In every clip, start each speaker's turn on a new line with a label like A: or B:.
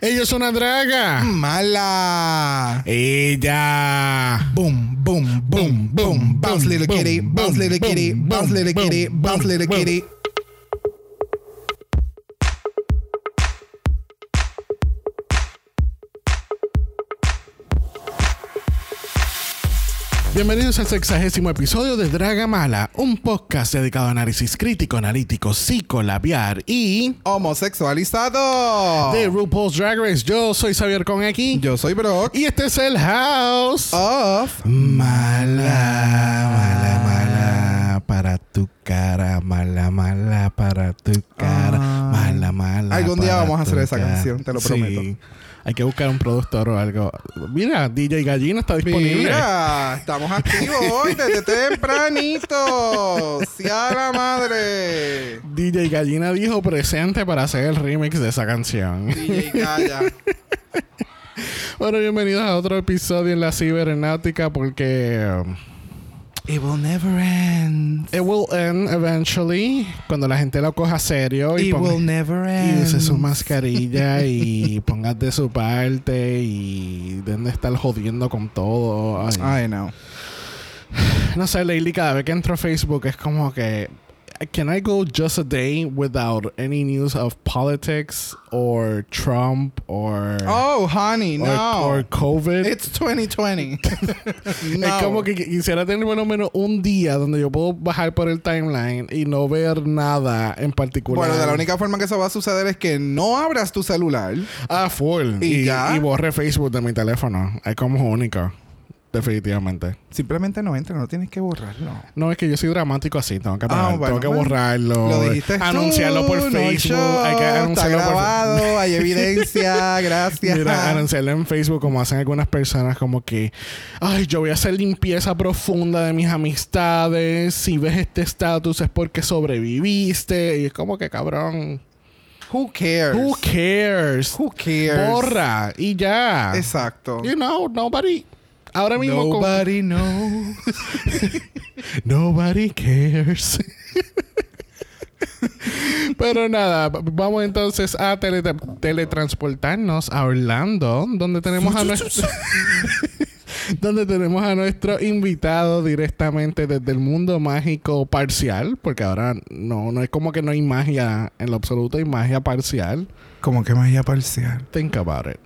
A: Ella es una draga.
B: Mala.
A: Ella.
B: Boom, boom, boom, boom. Bounce little kitty, bounce little kitty, bounce little kitty, bounce little kitty.
A: Bienvenidos al sexagésimo episodio de Draga Mala, un podcast dedicado a análisis crítico, analítico, psicolabiar y
B: Homosexualizado.
A: de RuPaul's Drag Race. Yo soy Xavier con aquí
B: Oh. Yo soy Brock.
A: y este es el house.
B: Off.
A: Mala, mala,
B: Ah.
A: mala para tu cara, mala, mala para tu cara, mala, mala.
B: Ah. Algún día
A: para
B: vamos a
A: tu
B: hacer esa
A: cara.
B: canción, te lo
A: Sí.
B: prometo.
A: Hay que buscar un productor o algo. Mira, DJ Gallina está disponible.
B: Mira, estamos activos hoy desde tempranito. Sí a la madre.
A: DJ Gallina dijo presente para hacer el remix de esa canción.
B: DJ Calla.
A: bueno, bienvenidos a otro episodio en la cibernáutica porque um,
B: It will never end.
A: it will end eventually cuando la gente lo coja serio y, ponga-
B: never
A: y use
B: Em.
A: su mascarilla y pongas de su parte y den de estar jodiendo con todo. Ay.
B: I know.
A: No sé, Leili, cada vez que entro a Facebook es como que. Can I go just a day without any news of politics or Trump or.
B: Oh, honey,
A: or,
B: no.
A: or COVID?
B: It's 2020.
A: Es
B: no.
A: como que quisiera tener por lo menos un día donde yo puedo bajar por el timeline y no ver nada en particular.
B: Bueno, de la única forma que eso va a suceder es que no abras tu celular.
A: Ah, full.
B: ¿Y
A: Y,
B: ya?
A: y borré Facebook de mi teléfono. Es como único. Definitivamente.
B: Simplemente no entra, no tienes que borrarlo.
A: No, es que yo soy dramático así. Tengo que,
B: Ah,
A: tengo
B: bueno,
A: que
B: bueno.
A: borrarlo.
B: Lo dijiste
A: Anunciarlo por
B: tú, no
A: Facebook.
B: yo.
A: Hay que
B: Está
A: anunciarlo por
B: grabado, hay evidencia, gracias.
A: Mira, anunciarlo en Facebook como hacen algunas personas como que, ay, yo voy a hacer limpieza profunda de mis amistades, si ves este estatus es porque sobreviviste, y es como que cabrón,
B: Who cares?
A: who cares,
B: Who cares?
A: borra y ya,
B: Exacto.
A: you know, nobody, ahora mismo con-
B: Nobody knows.
A: Nobody cares. Pero nada, va- vamos entonces a teleta- teletransportarnos a Orlando, donde tenemos a nuestro donde tenemos a nuestro invitado directamente desde el mundo mágico parcial, porque ahora no no es como que no hay magia en lo absoluto, hay magia parcial.
B: Como que magia parcial.
A: Think about it.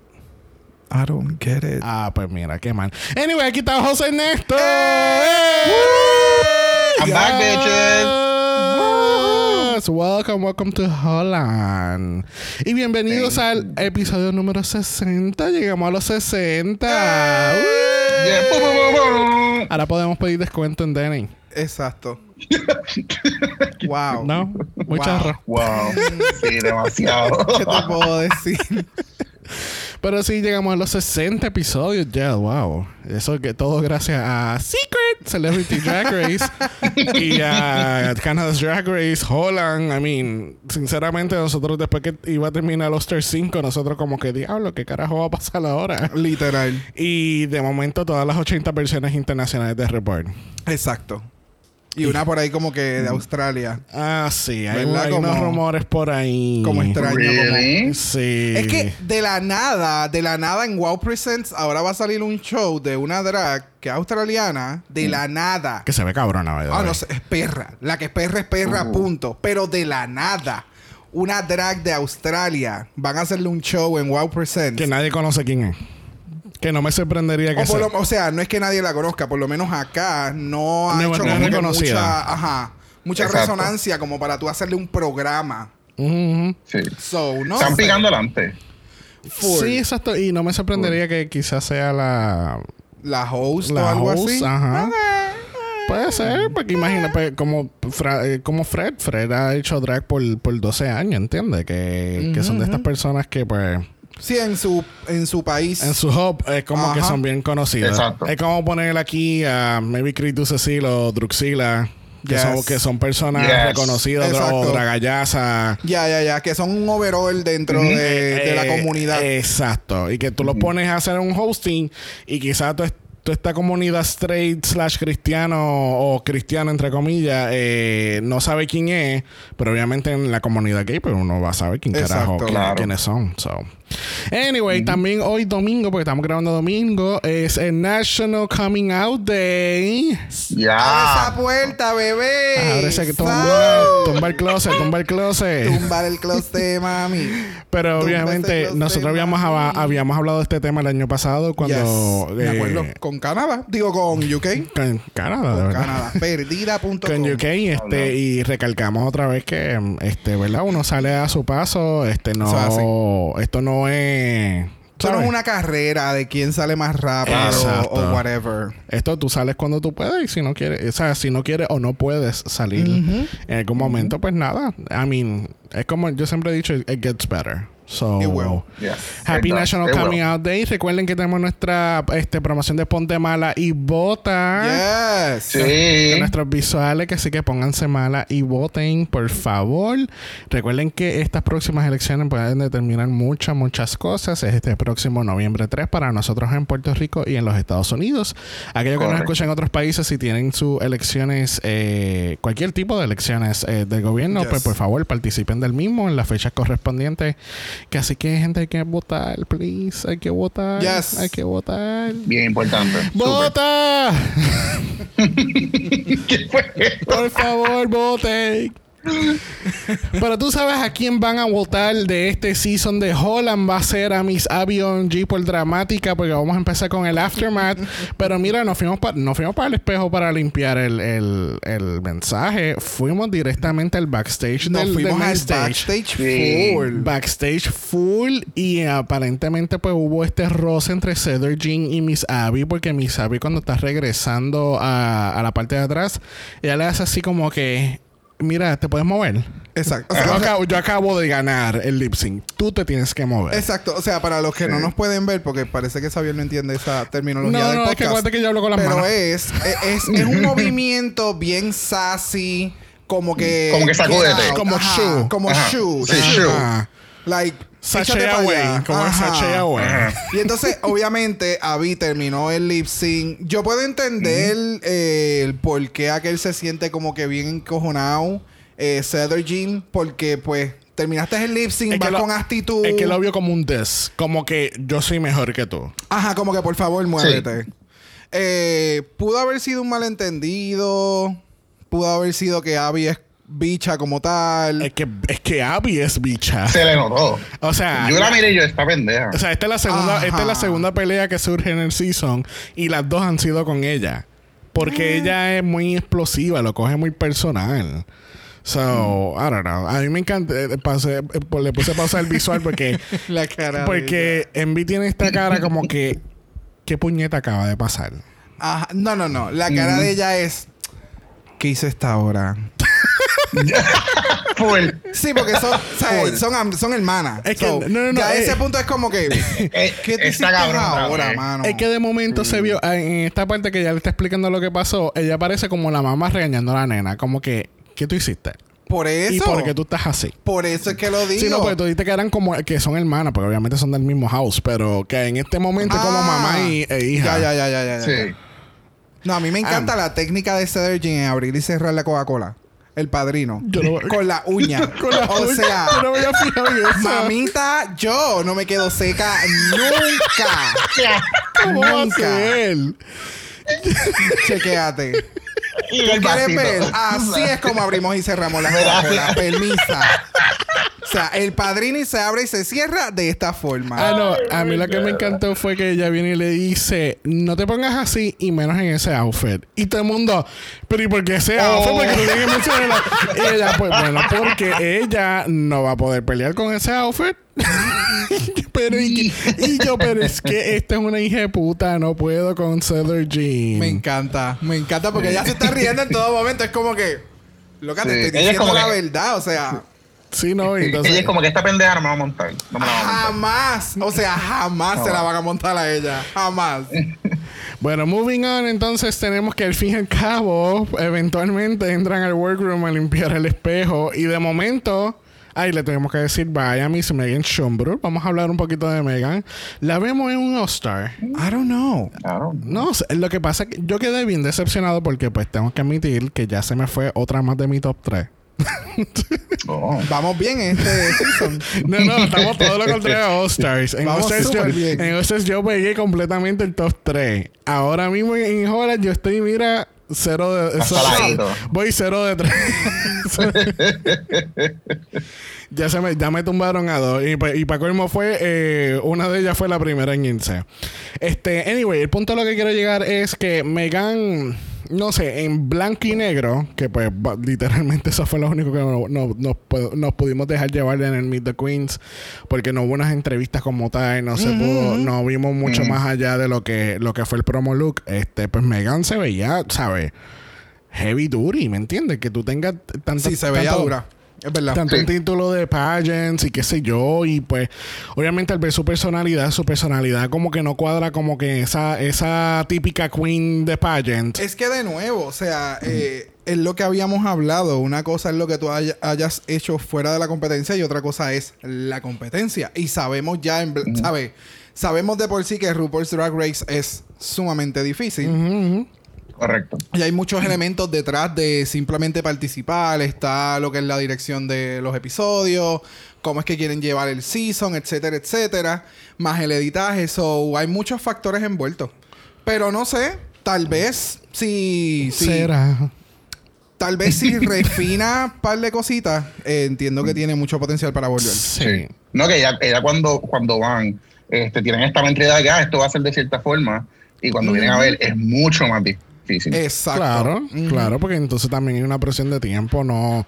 B: I don't get it.
A: Ah, pues mira, qué mal. Anyway, aquí está José Ernesto.
C: ¡Eh!
A: ¡Eh!
C: I'm back,
A: bitches. Welcome, welcome to Holland. Y bienvenidos al episodio número 60. Llegamos a los 60. Woo.
C: ¡Eh! Yeah, boom, boom, boom, boom.
A: Ahora podemos pedir descuento en Denny.
B: Exacto. wow.
A: ¿No? Muchas
B: Wow.
A: gracias.
C: Wow, sí, demasiado.
B: ¿Qué te puedo decir?
A: Pero sí, llegamos a los 60 episodios ya. Wow. Eso que todo gracias a Secret Celebrity Drag Race y a Canada's Drag Race, Holland. I mean, sinceramente, nosotros después que iba a terminar Oster 5, nosotros como que diablo, ¿qué carajo va a pasar ahora?
B: Literal.
A: Y de momento, todas las 80 versiones internacionales de Report.
B: Exacto. Y una por ahí como que de Australia.
A: Ah, sí, hay,
B: ¿Verdad?
A: hay unos
B: Como-
A: rumores por ahí.
B: Como extraño.
C: Really?
A: Sí.
B: Es que de la nada, de la nada en Wow Presents, ahora va a salir un show de una drag que es australiana, de la nada.
A: Mm. Que se ve cabrona, ¿verdad?
B: Ah, no sé, es perra. La que es perra es perra,
C: Uh.
B: punto. Pero de la nada, una drag de Australia van a hacerle un show en Wow Presents.
A: Que nadie conoce quién es. Que no me sorprendería que
B: O,
A: sea.
B: por lo- o sea, no es que nadie la conozca, por lo menos acá no ha
A: No,
B: hecho
A: no es
B: como que
A: reconocida.
B: mucha, ajá, mucha
C: Exacto.
B: resonancia como para tú hacerle un programa.
A: Ujú.
C: Sí.
B: So, no
C: Están
B: sé.
C: picando adelante.
B: Full.
A: Sí, exacto. Y no me sorprendería que quizás sea la.
B: La host o
A: La
B: algo
A: host,
B: así.
A: ajá.
B: Ok.
A: Puede ser, porque imagínate como, Fra- eh, como Fred. Fred ha hecho drag por, por 12 años, ¿entiendes? Que, que son de estas personas que, pues,
B: Sí, en su, en su país.
A: en su hop es como que
B: Ajá.
A: son bien conocidas.
C: Exacto.
A: Es como poner aquí a maybe Critus Cecil o Druxila, que, son,
B: Yes.
A: que son personas
C: Yes.
A: reconocidas,
B: Exacto.
A: o Dragallaza.
B: Ya, ya, ya. Que son un overall dentro de, de la
A: Eh,
B: comunidad.
A: Exacto. Y que tú lo pones a hacer un hosting y quizás tú toda esta comunidad straight slash cristiano o cristiano entre comillas eh, no sabe quién es pero obviamente en la comunidad gay pero uno va a saber quién
B: Exacto.
A: carajo quién-
C: Claro.
A: quiénes son so. Anyway, también hoy domingo, porque estamos grabando domingo, es el National Coming Out Day. Ah.
B: Abre
C: Ya.
B: Ah, esa puerta, bebé.
A: Ahora sé que tumba,
B: Sal.
A: tumba el closet, tumba el closet.
B: Tumbar el closet, mami.
A: Pero
B: Tumba ese
A: obviamente
B: closet,
A: nosotros habíamos, haba-
B: mami.
A: habíamos hablado de este tema el año pasado cuando...
B: Yes. Me
A: eh,
B: acuerdo. Con Canadá. Digo, con UK.
A: Con Canadá, de
B: Con
A: verdad.
B: Canadá. Perdida.com.
A: Con UK
C: Hablamos.
A: este, y recalcamos otra vez que mm, este, ¿verdad? uno sale a su paso, este no
B: Eso es
A: esto no es
B: Esto no es
A: ¿sabes?
B: una carrera de quién sale más rápido
A: Exacto.
B: o, whatever.
A: Esto tú sales cuando tú puedes y si no quieres, o sea, si no quieres o no puedes salir en algún momento, pues nada. I mean, es como yo siempre he dicho, it, it gets better. So,
B: It will.
C: Yes.
A: Happy
C: It does.
A: National
C: It will.
A: Coming Out Day. Recuerden que tenemos nuestra este, promoción de Ponte Mala y Vota.
B: Yes.
A: de
C: Sí.
A: Nuestros visuales, que sí que pónganse mala y voten, por favor. Recuerden que estas próximas elecciones pueden determinar muchas, muchas cosas. Es este próximo noviembre 3 para nosotros en Puerto Rico y en los Estados Unidos. Aquellos que nos
C: Correcto.
A: escuchan en otros países, si tienen sus elecciones, eh, cualquier tipo de elecciones eh, del gobierno,
B: Yes.
A: pues por favor participen del mismo en las fechas correspondientes. Que así que, gente, hay que votar, please. Hay que votar.
B: Yes.
A: Hay que votar.
C: Bien importante. Súper.
A: ¡Vota!
C: ¿Qué fue esto?
A: Por favor, voten. Pero tú sabes a quién van a votar de este season de Holland. Va a ser a Miss Avion G por dramática, porque vamos a empezar con el aftermath. Pero mira, nos fuimos, pa- nos fuimos para el espejo para limpiar el, el- el mensaje. Fuimos directamente al backstage
B: Nos
A: del, del
B: fuimos al
A: backstage.
B: backstage
C: Sí.
B: full.
A: Backstage full y eh, aparentemente pues hubo este roce entre Cedar Jean y Miss Abby porque Miss Abby cuando está regresando a, a la parte de atrás, ella le hace así como que, mira, te puedes mover.
B: Exacto. O
A: Yo
B: sea,
A: acabo, yo acabo de ganar el lip sync, tú te tienes que
C: Pues.
A: mover.
B: Exacto, o sea, para los que no nos pueden ver, porque parece que Xavier no entiende esa terminología
A: no,
B: del
A: no, es que
B: podcast.
A: acuérdate que yo hablo con las
B: pero
A: manos.
B: es, es, es- es un movimiento bien sassy, como que.
C: Como que sacúdete.
B: Get out,
A: Como
B: ajá,
A: shoe.
B: Como
C: Ajá.
B: shoe.
C: Sí,
B: ajá.
C: shoe.
A: Ah,
B: Like,
A: sashay
B: échate pa'
A: away,
B: allá.
A: como es
B: Ajá.
A: sashay away.
C: Ajá.
B: Y entonces, obviamente, Abby terminó el lip sync. Yo puedo entender eh, el por qué aquel se siente como que bien encojonado, eh, Cedar Jean, porque pues terminaste el lip sync,
A: Es que
B: vas
A: lo-
B: con actitud.
A: Es que lo vio como un des, como que yo soy mejor que tú.
B: Ajá, como que por favor, muévete. Eh, pudo haber sido un malentendido, pudo haber sido que Abby es bicha como tal.
A: Es que, es que Abby es bicha.
C: Se le notó.
A: O sea,
B: Ah,
C: Yo la miré y yo, esta pendeja.
A: O sea, esta es la segunda,
B: Ajá.
A: esta es la segunda pelea que surge en el season y las dos han sido con ella.
B: Ah.
A: Porque ella es muy explosiva, lo coge muy personal.
B: Mm.
A: So, I don't know. A mí me encanta. eh, pasé- eh, pues, le puse pausa al visual porque.
B: La cara de
A: porque Envy tiene esta cara como que. ¿Qué puñeta acaba de pasar?
B: Ajá. No, no, no. La cara de ella es. ¿Qué hice esta hora?
C: Full.
B: Sí, porque son, o sea, son, am- son hermanas.
A: Es que-
B: So,
A: no, no, no,
B: Ya
A: eh.
B: ese punto es como que.
C: Eh,
B: ¿Qué te
C: está
B: hiciste
C: cabrón,
B: ahora,
C: cabrón. eh.
B: mano?
A: Es que de momento
B: Mm.
A: se vio, ah, en esta parte que ya le está explicando lo que pasó, ella parece como la mamá regañando a la nena. Como que, ¿qué tú hiciste?
B: por eso.
A: Y porque tú estás así.
B: Por eso es que lo digo.
A: Sí, no, porque tú dijiste que eran como que son hermanas, porque obviamente son del mismo house, pero que en este momento es como
B: Ah.
A: mamá y, e hija.
B: Ya, ya, ya, ya, ya. ya.
C: Sí.
B: No, a mí me encanta la técnica de Cedar Jean en abrir y cerrar la Coca-Cola. El padrino.
A: Yo lo-
B: Con la uña.
A: Con la
B: o
A: uña,
B: sea,
A: yo no me había fijado en eso.
B: mamita, yo no me quedo seca nunca.
A: ¿Cómo va a
B: nunca.
A: ser?
B: Chequéate.
C: Y
B: ¿Tú
C: el
B: quieres
C: vasito.
B: ver? Ah, Así es como abrimos y cerramos la Coca-Cola. Permisa. O sea, el padrino y se abre y se cierra de esta forma.
A: Ah, no, a mí lo que me encantó fue que ella viene y le dice, no te pongas así y menos en ese outfit. Y todo el mundo, pero ¿y por qué
C: Oh.
A: ese outfit? Porque tú tienes que mencionarlo. Y ella, pues bueno, porque ella no va a poder pelear con ese outfit. pero y, y yo, pero es que esta es una hija de puta, no puedo con Cedar Jean.
B: Me encanta, me encanta porque ella se está riendo en todo momento. Es como que, loca,
C: Sí,
B: te
C: ella
B: estoy
C: es
B: diciendo
C: como
B: la
C: que-
B: verdad. O sea,
A: Sí, no, y entonces.
C: Ella es como que esta pendeja no me va a montar. No me la va
B: Ah,
C: a montar.
B: Jamás, o sea, jamás se la van a montar a ella, jamás.
A: Bueno, moving on, entonces tenemos que al fin y al cabo, eventualmente entran al workroom a limpiar el espejo y de momento. Ahí le tenemos que decir vaya Miss Megan Schumbrook. Vamos a hablar un poquito de Megan. La vemos en un All-Star.
B: I don't know.
C: Claro.
A: No, sé, lo que pasa es que yo quedé bien decepcionado porque pues tengo que admitir que ya se me fue otra más de mi top 3.
C: Oh.
B: Vamos bien en este season.
A: No, no, estamos todo lo contrario a All Stars. En All
B: Vamos
A: Stars, yo,
B: súper bien.
A: en All Stars yo pegué completamente el top 3. Ahora mismo en Horas yo estoy, mira, 0 de.
C: Hasta
A: cero-
C: ladito.
A: voy 0 de 3. ya, se me, ya me tumbaron a dos. Y, pa- y para colmo fue, eh, una de ellas fue la primera en 15. Este, anyway, el punto a lo que quiero llegar es que Megan, no sé, en blanco y negro, que pues ba- literalmente eso fue lo único que no- no- nos, pu- nos pudimos dejar llevar en el Meet the Queens, porque no hubo unas entrevistas como tal, no se pudo, no vimos mucho más allá de lo que, lo que fue el promo look. Este, pues Megan se veía, ¿sabes? Heavy duty, ¿me entiendes? Que tú tengas tanta
B: Sí, se veía
A: tanto-
B: dura. Es verdad.
A: tanto
C: Sí.
A: el título de pageants y qué sé yo y pues obviamente al ver su personalidad su personalidad como que no cuadra como que esa esa típica queen de pageant
B: Es que de nuevo, o sea, eh, es lo que habíamos hablado. Una cosa es lo que tú haya- hayas hecho fuera de la competencia y otra cosa es la competencia. Y sabemos ya, en, bl- ¿sabes? Sabemos de por sí que RuPaul's Drag Race es sumamente difícil.
C: Correcto.
B: Y hay muchos elementos detrás de simplemente participar. Está lo que es la dirección de los episodios, cómo es que quieren llevar el season, etcétera, etcétera. Más el editaje. So, hay muchos factores envueltos. Pero no sé, tal vez si... si-
A: será
B: Tal vez si refina un par de cositas, eh, entiendo que tiene mucho potencial para volver.
A: sí,
C: No, que ella, ella cuando, cuando van, este, tienen esta mentalidad de que ah, esto va a ser de cierta forma. Y cuando vienen a ver, es mucho más difícil.
B: Exacto.
A: Claro,
B: Ujú.
A: claro, porque entonces también hay una presión de tiempo. No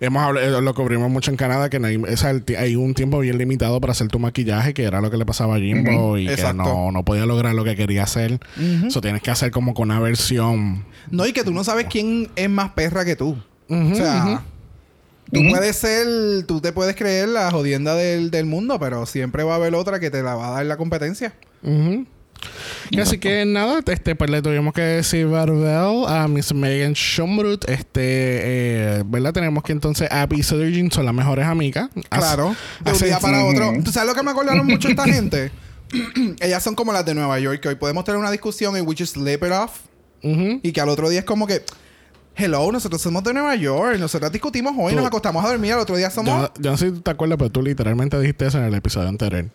A: hemos hablado, eh, lo cubrimos mucho en Canadá, que no hay, o sea, el ti- hay un tiempo bien limitado para hacer tu maquillaje, que era lo que le pasaba a Jimbo y que
B: Exacto.
A: no, no podía lograr lo que quería hacer. Eso tienes que hacer como con una versión.
B: No, y que tú no sabes quién es más perra que tú.
A: Ujú,
B: o sea,
A: ujú.
B: tú
C: Ujú.
B: puedes ser, tú te puedes creer la jodienda del, del mundo, pero siempre va a haber otra que te la va a dar la competencia.
A: Ujú. Y Así que nada, este, pues le tuvimos que decir Barbell a Miss Megan Schumbrut. Este, eh, ¿verdad? Tenemos que entonces Abby y Sodergin son las mejores amigas. As-
B: Claro. De un
A: así-
B: día para
C: ujú.
B: otro. ¿Tú sabes lo que me acordaron mucho esta gente? Ellas son como las de Nueva York, que hoy podemos tener una discusión en which is slip it off.
A: Ujú.
B: Y que al otro día es como que, hello, nosotros somos de Nueva York, nosotros discutimos hoy,
A: Tú-
B: nos acostamos a dormir, al otro día somos...
A: Yo, yo no sé si tú te acuerdas, pero tú literalmente dijiste eso en el episodio anterior.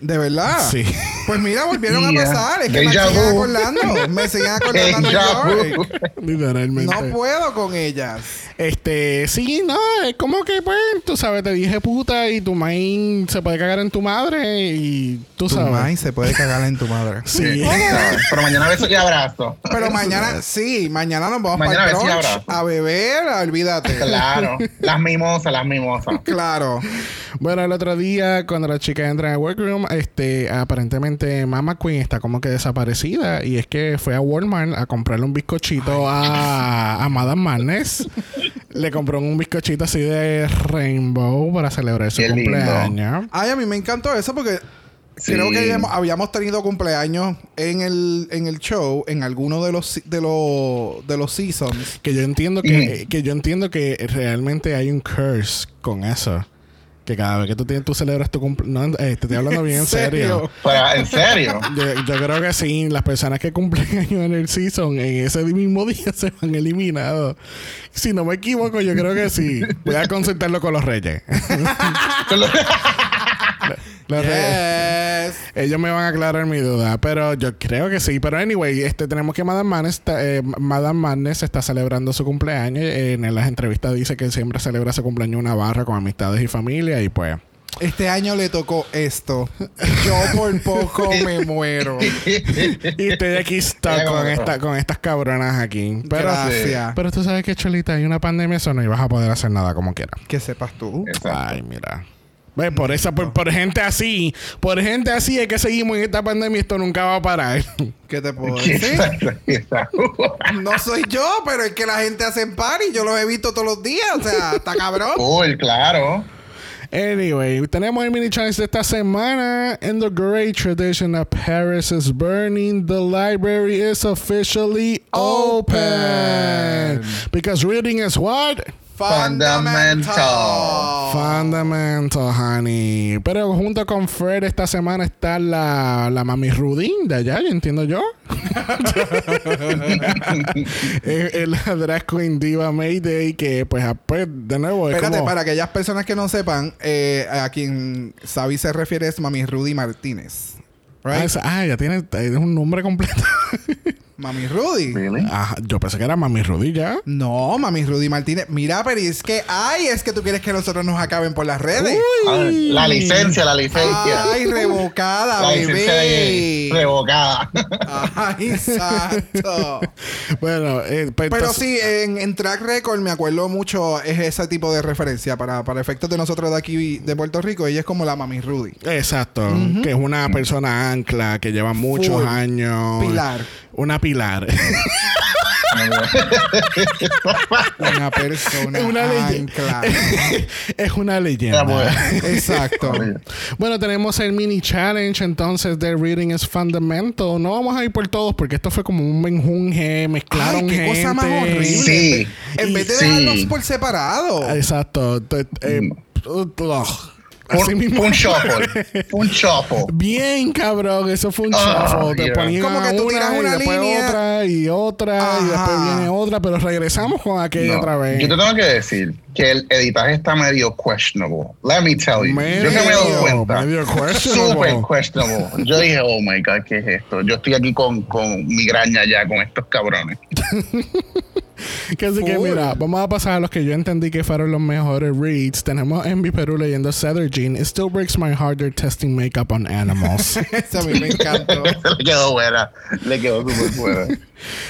B: ¿De verdad?
A: Sí.
B: Pues mira, volvieron a
C: Yeah.
B: pasar. Es que me
C: Déjà
B: siguen
C: vu.
B: acordando. Me siguen acordando a
C: Ya,
B: Nueva York.
C: uh,
A: Literalmente.
B: No pues. puedo con ellas.
A: Este, sí, no, es como que, pues, tú sabes, te dije puta y tu main se puede cagar en tu madre y tú sabes.
B: se puede cagar en tu madre.
A: Sí.
C: Pero mañana beso y abrazo.
B: Pero mañana, sí, mañana nos vamos para el
C: Mañana a ver si
B: brunch
C: abrazo.
B: a beber, a- olvídate.
C: Claro. Las mimosas, las mimosas.
B: Claro.
A: Bueno, el otro día, cuando las chicas entran al workroom, este, aparentemente Mama Queen está como que desaparecida. Y es que fue a Walmart a comprarle un bizcochito a, a Madame Marnes. Le compró un bizcochito así de Rainbow para celebrar su
C: Qué lindo.
A: cumpleaños.
B: Ay, a mí me encantó eso porque
C: Sí.
B: creo que habíamos, habíamos tenido cumpleaños en el, en el show, en alguno de los si- de los de los seasons.
A: Que yo entiendo que, que yo entiendo que realmente hay un curse con eso. Que cada vez que tú, tienes, tú celebras tu cumpleaños. No, eh, te estoy hablando bien en serio.
C: Pero, en serio.
A: Yo, yo creo que sí, las personas que cumplen años en el season en ese mismo día se van eliminados. Si no me equivoco, yo creo que sí. Voy a consultarlo con los reyes. Los reyes.
B: Yes.
A: Ellos me van a aclarar mi duda, pero yo creo que sí. Pero anyway, este tenemos que Madame Madness está, eh, Madame Madness está celebrando su cumpleaños. Eh, en las entrevistas dice que siempre celebra su cumpleaños en una barra con amistades y familia y pues.
B: Este año le tocó esto. Yo por poco me muero.
A: Y estoy aquí está
C: Ella como
A: con,
C: que-
A: esta, con estas cabronas aquí. Pero,
B: Gracias.
A: pero tú sabes que, Cholita, hay una pandemia, eso no ibas a poder hacer nada como quieras.
B: Que sepas tú.
C: Exacto.
A: Ay, mira. Ve, por esa, por, por gente así, por gente así es que seguimos en esta pandemia, esto nunca va a parar.
B: ¿Qué te puedo decir?
C: Exacto, exacto.
B: No soy yo, pero es que la gente hace party. Yo los he visto todos los días. O sea, está cabrón.
C: Cool, claro.
A: Anyway, tenemos el mini challenge de esta semana. In the great tradition of Paris is burning, the library is officially open.
B: Open.
A: Because reading is what?
B: Fundamental.
A: Fundamental, honey. Pero junto con Fred esta semana está la, la mami Rudin de allá, yo entiendo yo. es, es la drag queen diva Mayday que, pues, a- pues, de nuevo es
B: Espérate,
A: como-
B: para aquellas personas que no sepan, eh, a quien Xavi se refiere es Mami Rudy Martínez.
A: Ah,
B: Right?
A: esa- ah, ya tiene es un nombre completo.
B: Mami Rudy.
C: Really?
A: Ajá, yo pensé que era mami Rodilla.
B: No, Mami Rudy Martínez. Mira, pero es que, ay, es que tú quieres que nosotros nos acaben por las redes.
C: A ver, la licencia, la licencia.
B: Ay, revocada,
C: la licencia de-
B: bebé.
C: revocada.
B: Ay, exacto.
A: Bueno, eh, pues,
B: Pero
A: entonces-
B: sí, en, en track record me acuerdo mucho es ese tipo de referencia para, para efectos de nosotros de aquí de Puerto Rico. Ella es como la Mami Rudy.
A: Exacto, que es una persona ancla que lleva muchos
B: Full.
A: años.
B: Pilar.
A: Una pilar.
B: Una persona
A: Una leye-
B: ancla.
A: es una
C: La
B: ah.
A: leyenda.
C: mujer.
B: Exacto.
A: Bueno, tenemos el mini challenge entonces de Reading is Fundamental. No vamos a ir por todos porque esto fue como un menjunje, mezclaron
B: Ay, qué
A: gente.
B: cosa más horrible.
C: Sí.
B: En vez de
C: Sí.
B: dejarlos por separado.
A: Exacto. Te- eh, ugh. Así
C: Un,
A: mismo.
C: Mm. un shuffle. Un shuffle.
A: Bien, cabrón, eso fue un
C: Ah,
A: chafo. Te
C: yeah.
A: ponían
B: Como que
A: a
B: tú tiras
A: una,
B: una
A: y después
B: línea.
A: otra y otra y después
B: Ajá.
A: viene otra, pero regresamos con aquella
C: No,
A: otra vez.
C: Yo te tengo que decir que el editaje está medio questionable. Let me tell you. yo que me he
A: Medio,
C: dado cuenta.
A: medio questionable.
C: Súper questionable. Yo dije, oh my God, ¿qué es esto? Yo estoy aquí con, con migraña ya con estos cabrones.
A: Que así que
B: Full.
A: mira, vamos a pasar a los que yo entendí que fueron los mejores reads. Tenemos Envy Perú leyendo Sather Jean. It still breaks my heart they're testing makeup on animals.
B: Eso a mí me encantó.
C: Le quedó buena. Le quedó súper buena.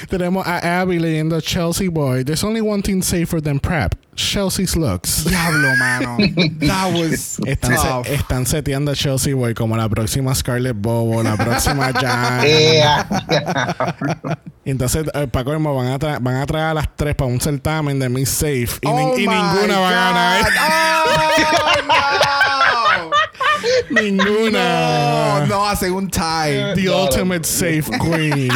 A: Tenemos a Abby leyendo Chelsea Boy. There's only one thing safer than prep. Chelsea's looks.
B: Diablo, mano. That was
A: Están,
B: tough.
A: se- están seteando a Chelsea Boy como la próxima Scarlett Bobo, la próxima Jan.
C: Eh,
A: Y entonces, eh, Paco Hermo van a, tra- van a traer a las tres para un certamen de Miss Safe. Y, nin-
B: Oh
A: y
B: my
A: ninguna va a ganar.
B: God.
A: ninguna.
B: Oh, no. No, no, hacen un tie.
A: The
C: No, no.
A: Ultimate Safe Queen.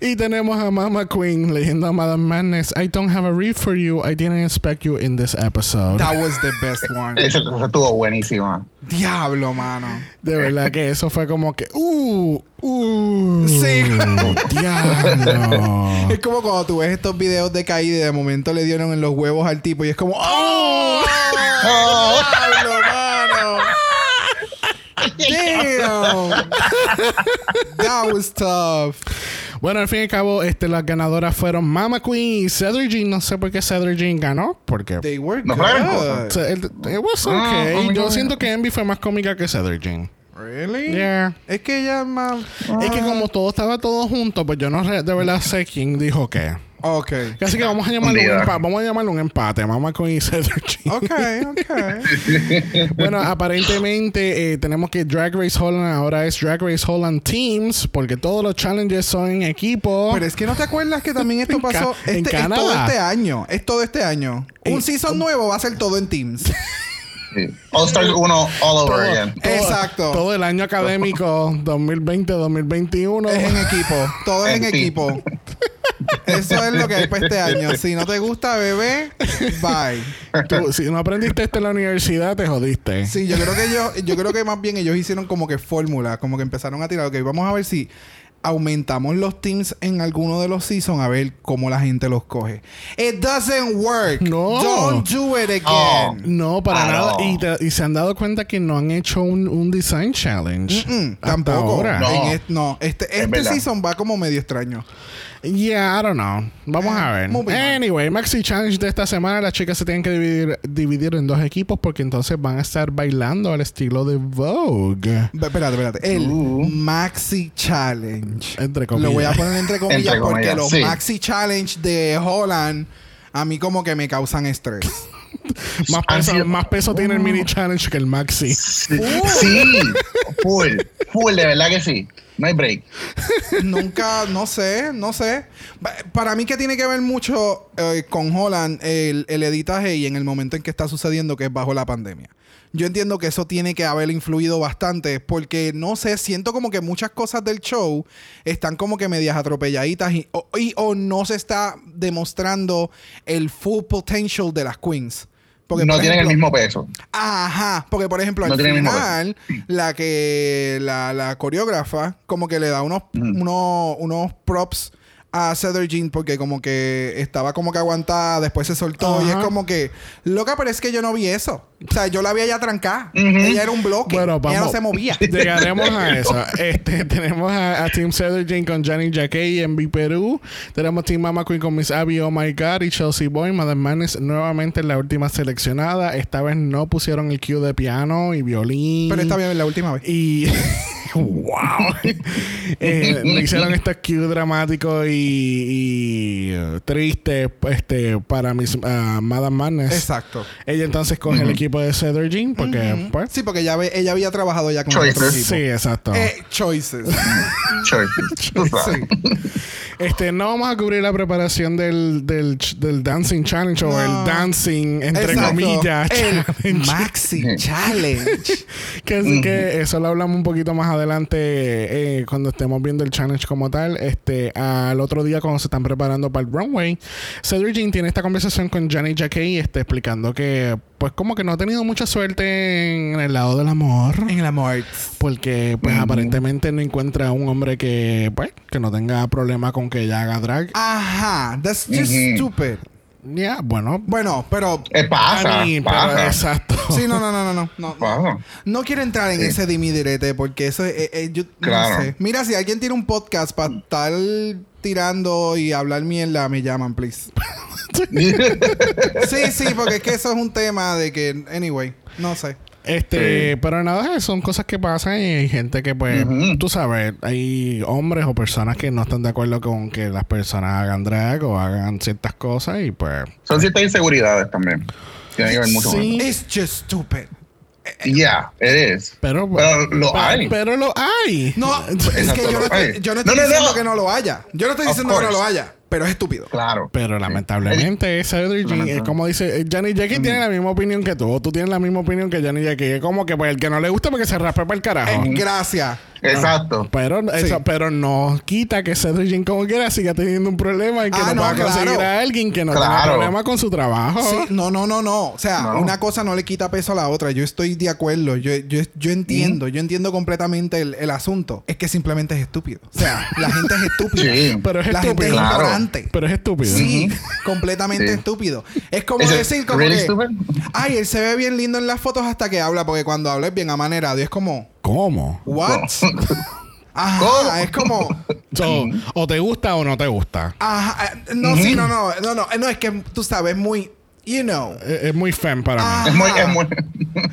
A: y tenemos a Mama Queen leyendo a Madame Madness. I don't have a read for you. I didn't expect you in this episode.
B: That was the best one.
C: Esa cosa estuvo buenísima.
B: Diablo, mano.
A: De verdad que eso fue como que. ¡Uh! ¡Uh!
B: Sí.
A: ¡Diablo!
B: Es como cuando tú ves estos videos de caída y de momento le dieron en los huevos al tipo y es como ¡Oh!
C: Oh.
B: ¡Diablo, mano! ¡Damn! That was tough.
A: Bueno, al fin y al cabo, este, las ganadoras fueron Mama Queen y Cedric Jean. No sé por qué Cedric Jean ganó, porque
B: They were
C: No fue gran cosa.
A: o
B: good.
A: sea, el- it was
C: Ah,
A: okay.
C: cómico,
A: Yo
C: bueno.
A: siento que Envy fue más cómica que Cedric Jean.
B: Really?
A: Yeah.
B: Es que ella más...
A: Es
B: Ah.
A: que como todo estaba todo junto, pues yo no re- de verdad sé quién dijo qué.
B: Ok.
A: Así que vamos a llamarlo un
C: Hundida.
A: empate. Vamos a llamarlo un empate. Mama Queen y Cedric Jean.
B: Ok, ok.
A: Bueno, aparentemente eh, tenemos que Drag Race Holland ahora es Drag Race Holland Teams porque todos los challenges son en equipo.
B: Pero es que no te acuerdas que también esto
A: En Ca-
B: pasó
A: en
B: este, es
A: Canadá.
B: todo este año. Es todo este año.
A: En-
B: Un season nuevo va a ser todo en Teams.
C: Sí. All Stars 1 all over again.
B: Exacto.
A: Todo el año académico 2020-2021.
B: es en equipo. Todo es en
C: En team.
B: equipo. Eso es lo que hay para este año. Si no te gusta, bebé, bye.
A: Tú, si no aprendiste esto en la universidad, te jodiste.
B: Sí, yo creo que yo, yo creo que más bien ellos hicieron como que fórmula, como que empezaron a tirar. Ok, vamos a ver si aumentamos los teams en alguno de los seasons a ver cómo la gente los coge. It doesn't work.
A: No.
B: Don't do it again.
C: Oh.
A: No, para
C: Ah,
A: nada.
C: no.
A: Y, te- y se han dado cuenta que no han hecho un, un design challenge.
B: Mm,
A: hasta
B: tampoco.
A: ahora.
C: Oh. No.
B: En est- no, este, este
C: verdad.
B: season va como medio extraño.
A: Yeah, I don't know. Vamos a ver.
B: Eh, moving on.
A: Anyway, Maxi Challenge de esta semana, las chicas se tienen que dividir, dividir en dos equipos porque entonces van a estar bailando al estilo de Vogue.
B: Ve- Espérate, espérate. El
C: Uh.
B: Maxi Challenge.
A: Entre comillas.
B: Lo voy a poner entre comillas
C: Entre
B: porque
C: comillas,
B: los
C: sí.
B: Maxi Challenge de Holland a mí como que me causan estrés.
A: Más
C: Han
B: Ah,
A: peso,
C: sido-
B: Uh.
A: más peso tiene el mini challenge que el Maxi.
C: Sí, full, full, de verdad que sí. No hay break.
B: Nunca, no sé, no sé. Pa- Para mí que tiene que ver mucho eh, con Holland el, el editaje y en el momento en que está sucediendo, que es bajo la pandemia. Yo entiendo que eso tiene que haber influido bastante, porque no sé, siento como que muchas cosas del show están como que medias atropelladitas y o, y- o no se está demostrando el full potential de las queens. Porque,
C: no
B: por
C: tienen el
B: ejemplo,
C: mismo peso.
B: Ajá, porque por ejemplo,
C: No
B: al
C: tiene el mismo
B: final, la que la, la coreógrafa, como que le da unos, unos, unos props a Cedar Jean porque como que estaba como que aguantada, después se soltó y es
A: Ajá.
B: como que, loca, pero es que yo no vi eso. O sea, yo la vi allá trancada. Ella era un bloque.
A: Bueno,
B: Ella no
A: vamos.
B: se movía.
A: Llegaremos a eso. Este, tenemos a, a Team Cedric con Johnny Jacquet y Envy Perú. Tenemos Team Mama Queen con Miss Abby, Oh My God y Chelsea Boy. Madame Manes nuevamente en la última seleccionada. Esta vez no pusieron el cue de piano y violín.
B: pero está bien la última vez.
A: Y. ¡Wow! Eh, no hicieron estos cue dramáticos y, y, eh, tristes este, para mis ah, Madame Manes.
B: Exacto.
A: Ella entonces coge el equipo de Cedric Jean porque, pues.
B: Sí, porque ya ve- ella había trabajado ya con
C: Choices.
B: otro equipo.
A: Sí, exacto.
B: Eh, choices.
C: Sure. Tú sabes.
B: sí.
A: Este, no vamos a cubrir la preparación del, del, ch- del Dancing Challenge o
B: No.
A: el Dancing, entre
B: Exacto.
A: comillas,
B: El
A: challenge.
B: Maxi Challenge.
A: Que, es- que eso lo hablamos un poquito más adelante eh, cuando estemos viendo el challenge como tal. Este, al otro día cuando se están preparando para el runway, Cedric Jean tiene esta conversación con Johnny Jacquet este, explicando que pues como que no ha tenido mucha suerte en, en el lado del amor.
B: en el amor.
A: Porque pues aparentemente no encuentra un hombre que pues que no tenga problema con que ella haga drag.
B: Ajá, that's just
C: Ujú.
B: stupid.
A: Ya, bueno,
B: Bueno, pero
C: Eh, pasa,
A: A mí, pero
C: pasa,
A: exacto.
B: sí, no, no, no, no, no, no.
C: pasa.
B: No quiero entrar en
C: Sí.
B: ese dimidirete porque eso es, eh, eh, yo no
C: Claro.
B: sé. Mira, si alguien tiene un podcast para estar tirando y hablar mierda, me llaman, please. Sí, sí, porque es que eso es un tema de que, anyway, no sé.
A: Este, pero nada, son cosas que pasan y hay gente que pues,
C: Ujú.
A: tú sabes, hay hombres o personas que no están de acuerdo con que las personas hagan drag o hagan ciertas cosas y pues
C: Son ciertas inseguridades también. Tiene que ver mucho
A: Sí.
B: It's just stupid.
C: con- Yeah, it is.
A: pero
C: Pero lo
A: pe-
C: hay.
A: Pero lo hay.
B: No, es que yo no estoy, yo no estoy
C: No, no,
B: diciendo
C: no.
B: que no lo haya. Yo no estoy
C: Of
B: diciendo que no
C: course.
B: lo haya, pero es estúpido.
C: Claro.
A: Pero lamentablemente, esa Audrey Jean,
C: Lamentable.
A: es como dice, eh, Johnny Jackie tiene la misma opinión que tú, o tú tienes la misma opinión que Johnny Jackie. Es como que pues el que no le gusta porque se raspe para el carajo.
B: Eh, gracias.
C: Exacto.
A: Pero, eso- pero no quita que Cedric Jean como quiera siga teniendo un problema y que
B: Ah,
A: no,
B: no,
A: pueda conseguir
B: claro.
A: a alguien que no tenga
C: Claro.
A: problema con su trabajo.
B: Sí, no, no, no, no. O sea,
C: No.
B: una cosa no le quita peso a la otra. Yo estoy de acuerdo. Yo, yo, yo entiendo. Yo entiendo completamente el, el asunto. Es que simplemente es estúpido. O sea, la gente es estúpida.
C: Sí.
A: Pero es
B: la gente es
A: estúpido.
C: Claro.
B: ignorante.
A: Pero es estúpido.
B: Sí, completamente
C: Sí.
B: estúpido. Es como
C: ¿Es it
B: decir, como
C: really
B: que,
C: stupid?
B: ay, él se ve bien lindo en las fotos hasta que habla, porque cuando habla es bien amanerado y es como,
A: ¿Cómo?
B: what? Ajá,
C: ¿Cómo?
B: es como,
A: So, o te gusta o no te gusta.
B: ajá, eh, no, sí, no, no, no, eh, no, no, es que tú sabes, muy, you know.
A: Es, es muy fan para
B: Ah.
A: mí.
C: Es muy, es muy.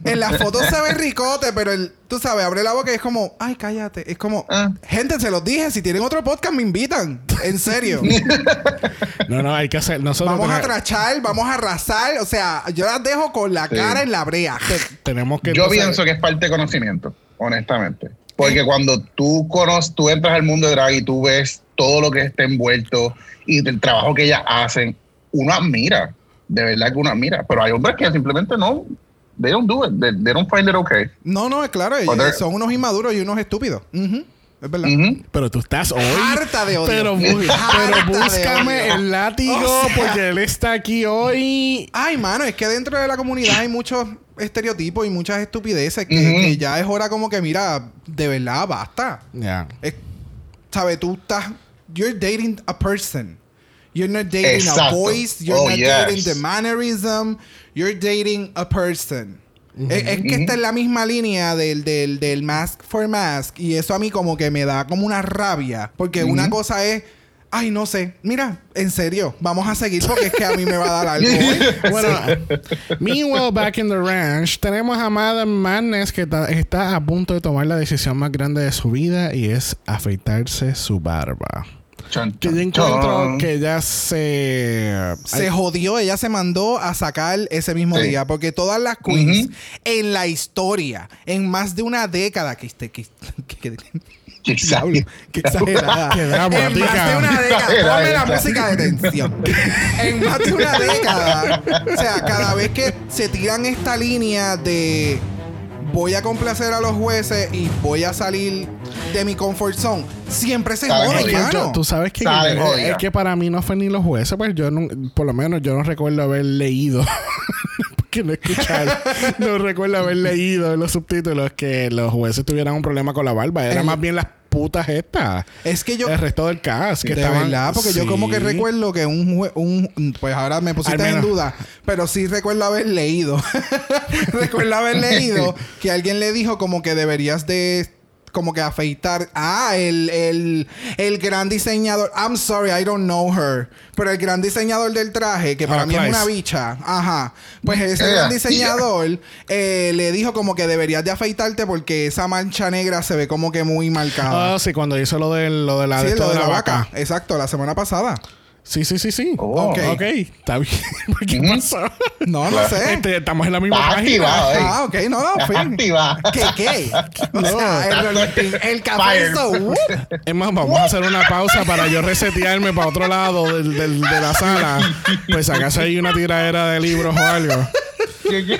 B: En la foto se ve ricote, pero el, tú sabes, abre la boca y es como, ay, cállate. Es como,
C: Ah.
B: gente, se los dije, si tienen otro podcast me invitan. En serio.
A: No, no, hay que hacer. Nosotros
B: vamos a
A: tenemos-
B: trachar, vamos a arrasar. O sea, yo las dejo con la
C: Sí.
B: cara en la brea.
A: tenemos que.
C: Yo
A: entonces-
C: pienso que es parte de conocimiento, honestamente. Porque cuando tú conoces, tú entras al mundo de drag y tú ves todo lo que está envuelto y el trabajo que ellas hacen, uno admira, de verdad que uno admira. Pero hay hombres que simplemente no, they don't do it, they, they don't find it okay.
B: No, no, es claro, ellos
C: Otra-
B: son unos inmaduros y unos estúpidos. Ujú, Es verdad.
C: Ujú.
A: Pero tú estás hoy.
B: Harta de odio.
A: Pero, bu-
B: Harta
A: pero
B: de
A: búscame
B: odio.
A: el látigo
B: O sea-
A: porque él está aquí hoy.
B: Ay, mano, es que dentro de la comunidad hay muchos estereotipos y muchas estupideces que,
C: Ujú.
B: que ya es hora como que, mira, de verdad, basta.
A: Ya.
B: Es- sabe, tú estás. You're dating a person. You're not dating a
C: Exacto.
B: voice. You're
C: Oh,
B: not
C: yes.
B: dating the mannerism. You're dating a person. Es, es que
C: Ujú.
B: está en la misma línea del, del, del mask for mask. Y eso a mí como que me da como una rabia. Porque una cosa es. Ay, no sé. Mira, en serio, vamos a seguir porque es que a mí me va a dar algo. ¿eh?" hoy.
A: Bueno, meanwhile, back in the ranch, tenemos a Madame Madness que ta- está a punto de tomar la decisión más grande de su vida y es afeitarse su barba.
C: Chan,
A: Que
C: chan,
A: yo encuentro
C: chan.
A: que ella se.
B: Se jodió, ella se mandó a sacar ese mismo
C: Sí.
B: día, porque todas las queens
C: Ujú.
B: en la historia, en más de una década, que, este- que, que- que-
C: Exacto.
B: Qué exagerada.
A: Qué dramática.
B: En más de una década. Ponme la
C: Exagerada.
B: música de tensión. En más de una década. O sea, cada vez que se tiran esta línea de voy a complacer a los jueces y voy a salir de mi comfort zone, siempre se
C: Saben
B: jode,
C: jodido.
B: Oh, hermano.
A: Tú sabes que
C: Saben,
A: eh,
C: jodida.
A: es que para mí no fue ni los jueces, pues yo no, por lo menos yo no recuerdo haber leído que no escuchar, no recuerdo haber leído en los subtítulos que los jueces tuvieran un problema con la barba, era
B: El-
A: más bien las putas estas.
B: Es que yo...
A: el resto del cast que
B: de
A: estaban-
B: verdad, porque yo como que
A: Sí.
B: recuerdo que un, jue- un pues ahora me pusiste
A: Al
B: en
A: menos.
B: duda, pero sí recuerdo haber leído, recuerdo haber leído que alguien le dijo como que deberías de como que afeitar ah el, el, el gran diseñador I'm sorry I don't know her pero el gran diseñador del traje que para
A: Ah,
B: mí es
A: Claiss.
B: una bicha ajá pues ese
C: Yeah,
B: gran
C: yeah.
B: diseñador eh, le dijo como que deberías de afeitarte porque esa mancha negra se ve como que muy marcada
A: Ah, sí, cuando hizo lo de, lo de la,
B: Sí,
A: esto
B: lo de la vaca. Exacto, la semana pasada.
A: Sí, sí, sí, sí.
C: Oh.
A: Ok. Ok, está bien. ¿Por qué
B: Mm.
A: pasó?
B: No, no
C: Claro.
B: sé.
A: Este, estamos en la misma
C: Está
A: página.
C: activado, eh.
B: Ah, ok, no, no,
C: Está
B: fin.
C: activada.
B: ¿Qué, qué? O
A: No.
B: sea, el, reloj- el café
C: Fire.
B: hizo, uh,
A: Es más, vamos a hacer una pausa para yo resetearme para otro lado del, del- de la sala. Pues acaso hay una tiradera de libros o algo.
C: ¿Qué- qué?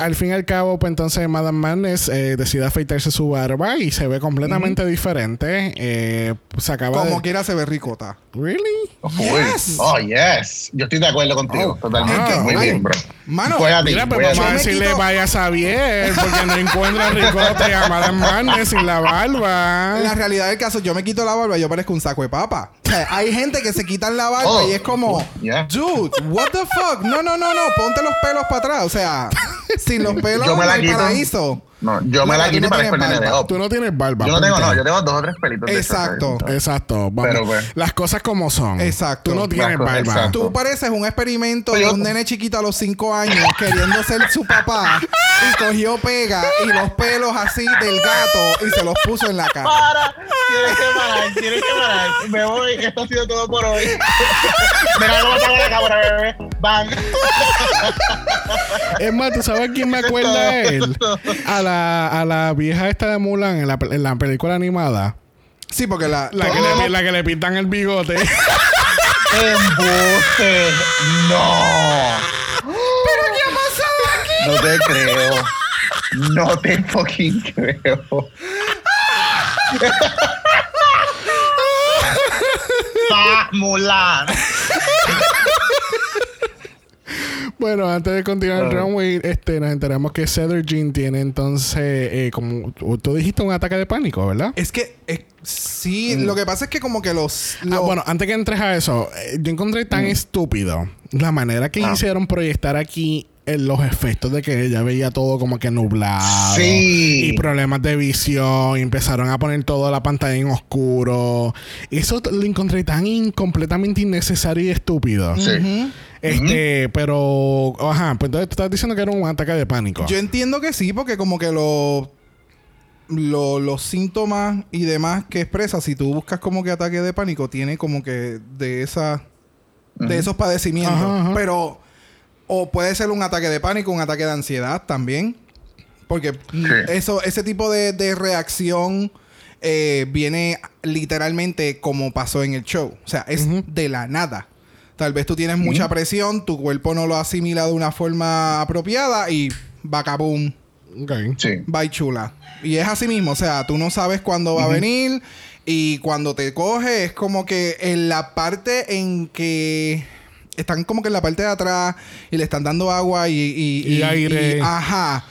A: Al fin y al cabo, pues entonces Madame Madness eh, decide afeitarse su barba y se ve completamente diferente. Eh, se acaba
B: Como
A: de...
B: quiera se ve ricota.
A: ¿Really?
B: Yes.
C: Uy. Oh, yes. Yo estoy de acuerdo contigo. totalmente.
A: ah,
C: Muy
B: ay.
C: bien, bro.
B: Mano,
C: Voy a ti,
A: Mira,
C: voy
A: pues
C: a
A: vamos a
C: ti.
B: Yo me
A: decirle
B: quito-
A: vaya a bien porque no encuentra ricote a Madame Madness sin la
B: La
A: barba.
B: realidad del caso, yo me quito la barba y yo parezco un saco de papa. O sea, hay gente que se quitan la barba
C: Oh.
B: y es como,
C: Yeah.
B: dude, what the fuck? No, no, no, no, ponte los pelos para atrás. O sea, sin los pelos
C: Yo me
B: no
C: la
B: hay
C: quito.
B: paraíso.
C: No, yo
B: Mira,
C: me la
B: tú
C: quito
B: no
C: y parezco el
B: tienes
C: nene de
B: barba.
C: Op.
A: Tú no tienes barba.
C: Yo no tengo,
A: punto.
C: no. Yo tengo dos o tres pelitos. de esos,
B: Exacto. Eh.
C: ¿sabes?
A: Exacto. Vamos.
C: Pero, pues.
A: Las cosas como son.
B: Exacto.
A: Tú no tienes
C: Las cosas,
A: barba.
C: exacto.
B: Tú pareces un experimento de
C: Pero-
B: un nene chiquito a los 5 años queriendo ser su papá y cogió pega y los pelos así del gato y se los puso en la cara.
C: Para, tienes que parar, tienes que parar. Me voy, esto ha sido todo por hoy. Mira cómo está la cámara, bebé. Bang.
A: Es más, ¿tú sabes quién me acuerda a él? A la, a la vieja esta de Mulan en la, pe- en la película animada.
B: Sí, porque la,
A: La que, le, la que le pintan el bigote.
C: Embuste. No. ¿Pero qué ha pasado aquí? No te creo. No te fucking creo. Pa Mulan.
A: bueno, antes de continuar el runway, este, nos enteramos que Cedar Jean tiene entonces, eh, como tú dijiste, un ataque de pánico, ¿verdad?
B: es que eh, sí, lo que pasa es que como que los,
A: Ah,
B: los-
A: bueno, antes que entres a eso, eh, yo encontré tan estúpido la manera que
C: Ah.
A: hicieron proyectar aquí eh, los efectos de que ella veía todo como que nublado
C: Sí.
A: y problemas de visión y empezaron a poner toda la pantalla en oscuro. Eso t- lo encontré tan in- completamente innecesario y estúpido.
C: Sí.
A: Este, pero ajá, pues entonces tú estás diciendo que era un ataque de pánico.
B: yo entiendo que sí, porque como que los lo- los síntomas y demás que expresa, si tú buscas como que ataque de pánico, tiene como que de esa de esos padecimientos.
A: Ajá, ajá.
B: Pero, o puede ser un ataque de pánico, un ataque de ansiedad también. Porque mm, eso, ese tipo de, de reacción eh, viene literalmente como pasó en el show. O sea, es
A: Ujú.
B: de la nada. Tal vez tú tienes mucha presión, tu cuerpo no lo asimila de una forma apropiada y boom
A: Ok.
C: Sí.
B: Bye chula. Y es así mismo, o sea, tú no sabes cuándo va a venir y cuando te coge es como que en la parte en que están como que en la parte de atrás y le están dando agua y, y-
A: Y aire.
B: ajá.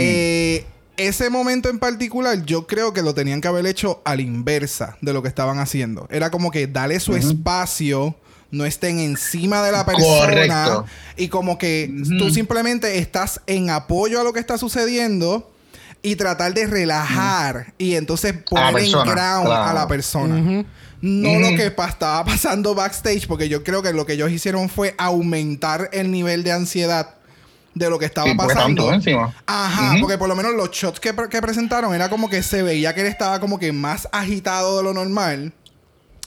B: Eh, ese momento en particular yo creo que lo tenían que haber hecho a la inversa de lo que estaban haciendo. Era como que dale su espacio. No estén encima de la persona.
C: Correcto.
B: Y como que tú simplemente estás en apoyo a lo que está sucediendo y tratar de relajar y entonces poner en
C: Mm. persona,
B: ground a
C: claro. Mm.
B: la persona. No lo que pa- estaba pasando backstage, porque yo creo que lo que ellos hicieron fue aumentar el nivel de ansiedad de lo que estaba
C: Sí, porque
B: pasando.
C: estaban todos encima.
B: Ajá,
C: Ujú.
B: porque por lo menos los shots que, pre- que presentaron era como que se veía que él estaba como que más agitado de lo normal.